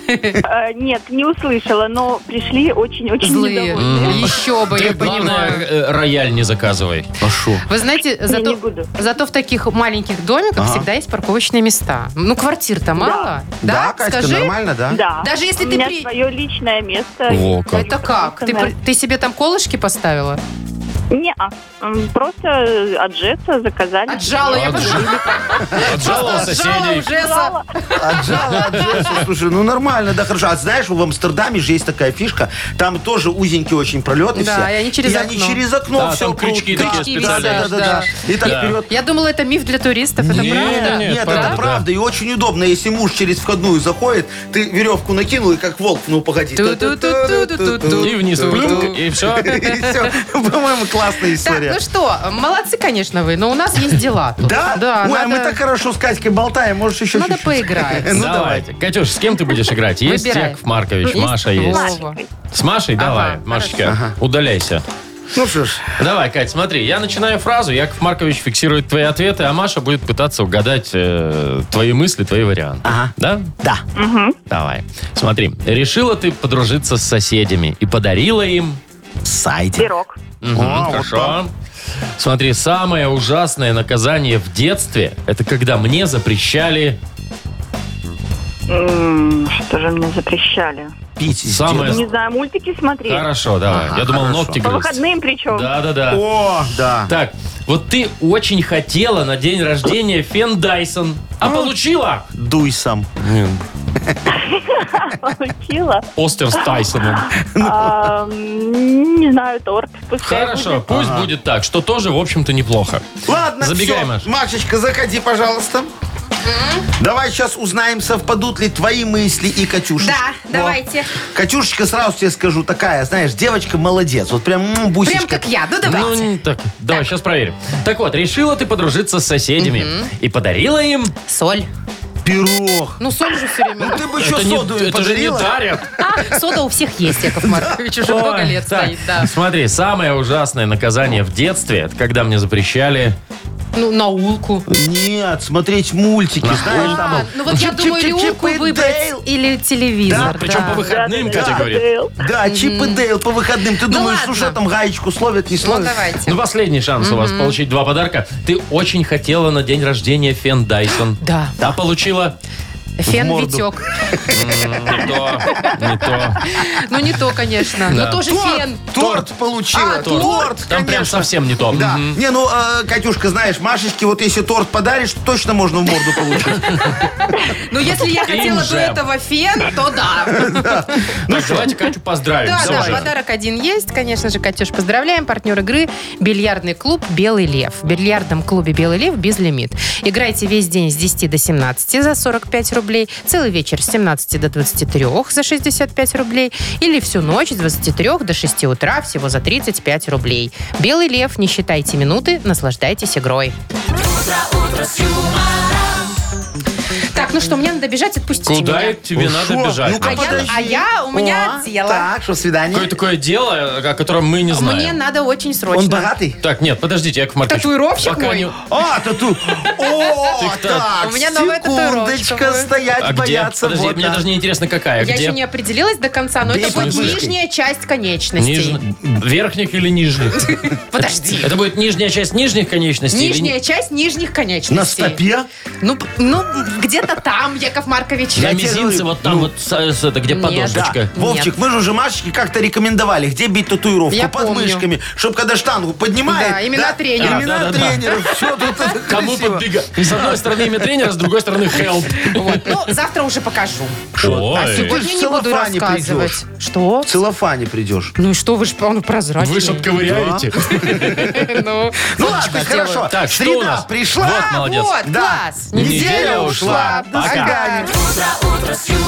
G: Э, Нет, не услышала, но пришли очень-очень
C: Злые.
G: недовольные.
C: Еще бы,
B: Ты,
C: я
B: главное,
C: понимаю.
B: э, рояль не заказывай. А шо?
C: Вы знаете,
G: не
C: зато,
G: буду.
C: зато в таких маленьких домиках всегда есть парковочные места. Ну, квартир-то мало. Да,
D: Катька,
C: скажи.
D: нормально, да?
G: Да.
C: Даже если
G: У
C: ты
G: меня
C: при-
G: свое личное место.
B: Во, А? как.
C: Это как? Ты, при- ты себе там колышки поставила?
G: Не, а м, просто э, от Джетса заказали.
C: Отжала я
B: Отж-
C: пошла.
B: Отжала у
C: Отжала у
B: соседей.
C: Джесса.
D: Отжала, отжала. Слушай, ну нормально, да хорошо. А знаешь, в Амстердаме же есть такая фишка, там тоже узенькие очень пролеты
C: Да,
D: все.
C: и они через
D: и они
C: окно.
D: через окно
B: Да,
D: все
B: там крючки такие
C: Крючки специальные.
D: Да, да,
C: висят,
D: да,
C: да.
D: да. И так
B: Да.
D: вперед.
C: Я думала, это миф для туристов. Это
B: Не,
C: правда?
B: не,
D: Нет,
B: правда, да.
D: это правда. И очень удобно, если муж через входную заходит, ты веревку накинул, и как волк, ну погоди.
C: Ту-ту-ту-ту-ту-ту.
B: И вниз, плюнк, и все.
C: Ну, [laughs]
D: И все. По-моему, классная
C: Так,
D: история.
C: ну что, молодцы, конечно, вы, но у нас есть дела тут.
D: Да?
C: Да,
D: Ой,
C: надо-
D: а мы так хорошо с Катькой болтаем, можешь еще
C: Надо
D: чуть-чуть.
C: поиграть.
D: Ну,
B: Давайте. Катюш, с кем ты будешь играть? Есть
C: Выбирай.
B: Яков Маркович,
C: Есть?
B: Маша есть.
C: Вова.
B: С Машей?
C: Ага,
B: Давай,
C: хорошо.
B: Машечка, удаляйся.
D: Ну что ж,
B: Давай, Кать, смотри, я начинаю фразу, Яков Маркович фиксирует твои ответы, а Маша будет пытаться угадать э, твои мысли, твои варианты.
D: Ага.
B: Да?
D: да.
B: Давай. Смотри, решила ты подружиться с соседями и подарила им...
D: Сайте.
G: Пирог.
B: Мгм,
D: А, вот
B: хорошо. Смотри, самое ужасное наказание в детстве, это когда мне запрещали
G: М, Что же мне запрещали?
D: Пить.
B: самое...
G: Не знаю, мультики смотреть.
B: Хорошо, давай. я думал, ногти
G: По
B: грызть.
G: выходным причем.
B: Да-да-да.
D: О, да.
B: Так, вот ты очень хотела на день рождения Фен Дайсон, а получила
D: Дуй сам.
G: [laughs] Получила.
B: Остер с Тайсоном.
G: А, м, Не знаю, торт. Пускай
B: Хорошо,
G: будет.
B: пусть будет так, что тоже, в общем-то, неплохо.
D: Ладно,
B: Забегай,
D: всё.
B: Маш.
D: Машечка, заходи, пожалуйста. Давай сейчас узнаем, совпадут ли твои мысли и Катюшечки.
C: Да, давайте.
D: Катюшечка, сразу тебе скажу, такая, знаешь, девочка молодец. Вот прям м,
C: Прям
D: бусечка.
C: как я. Ну,
B: Ну,
C: давайте.
B: не так, давай, сейчас проверим. Так вот, решила ты подружиться с соседями и подарила им...
C: Соль.
D: пирог.
C: Ну, соль же все
D: Ну
C: время.
D: ты бы еще
B: не-
D: соду
B: это же не
D: подарила.
B: дарят.
C: [laughs] А, Сода у всех есть, Яков Маркович. [laughs] Уже много
B: Ой,
C: лет
B: так,
C: стоит, да.
B: Смотри, самое ужасное наказание в детстве, это когда мне запрещали...
C: Ну, наулку.
D: Нет, смотреть мультики, знаешь, там...
C: А,
D: вот,
C: ну вот я
D: чип-
C: думаю,
D: чип-
C: или
D: чип- чип
C: улку
D: и
C: выбрать,
D: Дейл.
C: или телевизор.
B: Да, причем
C: да.
B: ну, по выходным, Катя говорит.
G: Дейл.
D: Да, Чип и Дейл по выходным. Ты думаешь,
C: ладно.
D: ну что там, гаечку словят, не
C: Ну,
D: словят?
B: Ну,
C: давайте.
B: последний шанс у вас получить два подарка. Ты очень хотела на день рождения Фен Дайсон.
C: [gasps] Да.
B: Да, получила?
C: Фен
D: морду.
C: Витек.
B: Не то, не то.
C: Ну, не то, конечно. Но тоже фен.
D: Торт получила.
C: А,
D: торт,
B: Там прям
D: конечно.
B: совсем не то.
D: Да.
B: Мгм.
D: Не, ну, э, Катюшка, знаешь, Машечке, вот если торт подаришь, точно можно в морду получить.
C: Ну, если я хотела до
B: же.
C: этого фен, то да.
B: Так, давайте Катю поздравим.
C: Ну Да, да,
B: Все же.
C: подарок один есть. Конечно же, Катюш, поздравляем. Партнер игры – бильярдный клуб «Белый лев». В бильярдном клубе «Белый лев» без лимит. Играйте весь день с 10 до 17 за 45 рублей, целый вечер с 17 до 23 за 65 рублей или всю ночь с 23 до 6 утра всего за 35 рублей. «Белый лев», не считайте минуты, наслаждайтесь игрой. Так, ну что, мне надо бежать, отпустите
B: Куда
C: меня.
B: тебе
D: Ну
B: надо
D: шо?
B: бежать?
C: А
D: Ну-ка.
C: я,
D: Подожди.
C: а я- у меня
D: О,
C: дело.
D: Так, что, свидание?
B: Какое такое дело, о котором
C: А
B: мы не знаем.
C: Мне надо очень срочно.
B: [laughs]
D: Он богатый?
B: Так, нет, подождите, Яков Маркович.
C: Татуировщик
B: пока
C: мой?
B: не-
D: А, тату. О,
B: Так, так.
D: так,
C: У меня новая татуировочка
D: секундочка,
C: будет.
D: стоять,
B: А где?
D: бояться.
B: Подожди,
D: вот
B: мне
D: так.
B: даже не интересно, какая.
C: Я
B: где?
C: еще не определилась до конца, но
D: А Бей
C: это будет
D: подмышкой.
C: нижняя часть конечностей.
B: Нижн- Верхних или нижних?
C: [laughs] Подожди.
B: Это будет нижняя часть нижних конечностей? или
C: Нижняя
B: не-
C: часть нижних конечностей.
D: На стопе?
C: Ну, п- ну где-то там, Яков Маркович.
B: На
D: тебе
B: мизинце,
D: говорю,
B: вот там, вот с- с- это, где
C: Нет.
D: Да.
B: подошечка.
D: Вовчик, мы же уже Машечке как-то рекомендовали, где бить татуировку,
C: Я
D: под
C: помню.
D: мышками, чтобы когда штангу поднимает.
C: Да, имена тренера.
D: тренеров.
C: А,
D: Имена
B: да-да-да.
D: тренеров.
B: [laughs]
D: Все тут это
B: Кому
D: красиво.
B: подбегать? С одной стороны имя тренера, с другой
C: [laughs]
B: стороны хелп.
C: Вот. Ну, завтра уже покажу.
D: А
B: Ой.
D: сегодня
C: Я
D: в
C: не буду
D: целлофане
C: рассказывать.
D: придешь.
C: Что?
D: В целлофане придешь.
C: Ну и что, вы же ну, прозрачный.
B: Вы ж отковыряете.
C: [laughs] Ну,
D: Ну ладно, хорошо.
B: Так, что у
D: Среда
B: нас?
D: пришла.
B: Вот молодец.
C: Вот, класс.
B: Неделя ушла.
D: До
B: Пока.
D: свидания.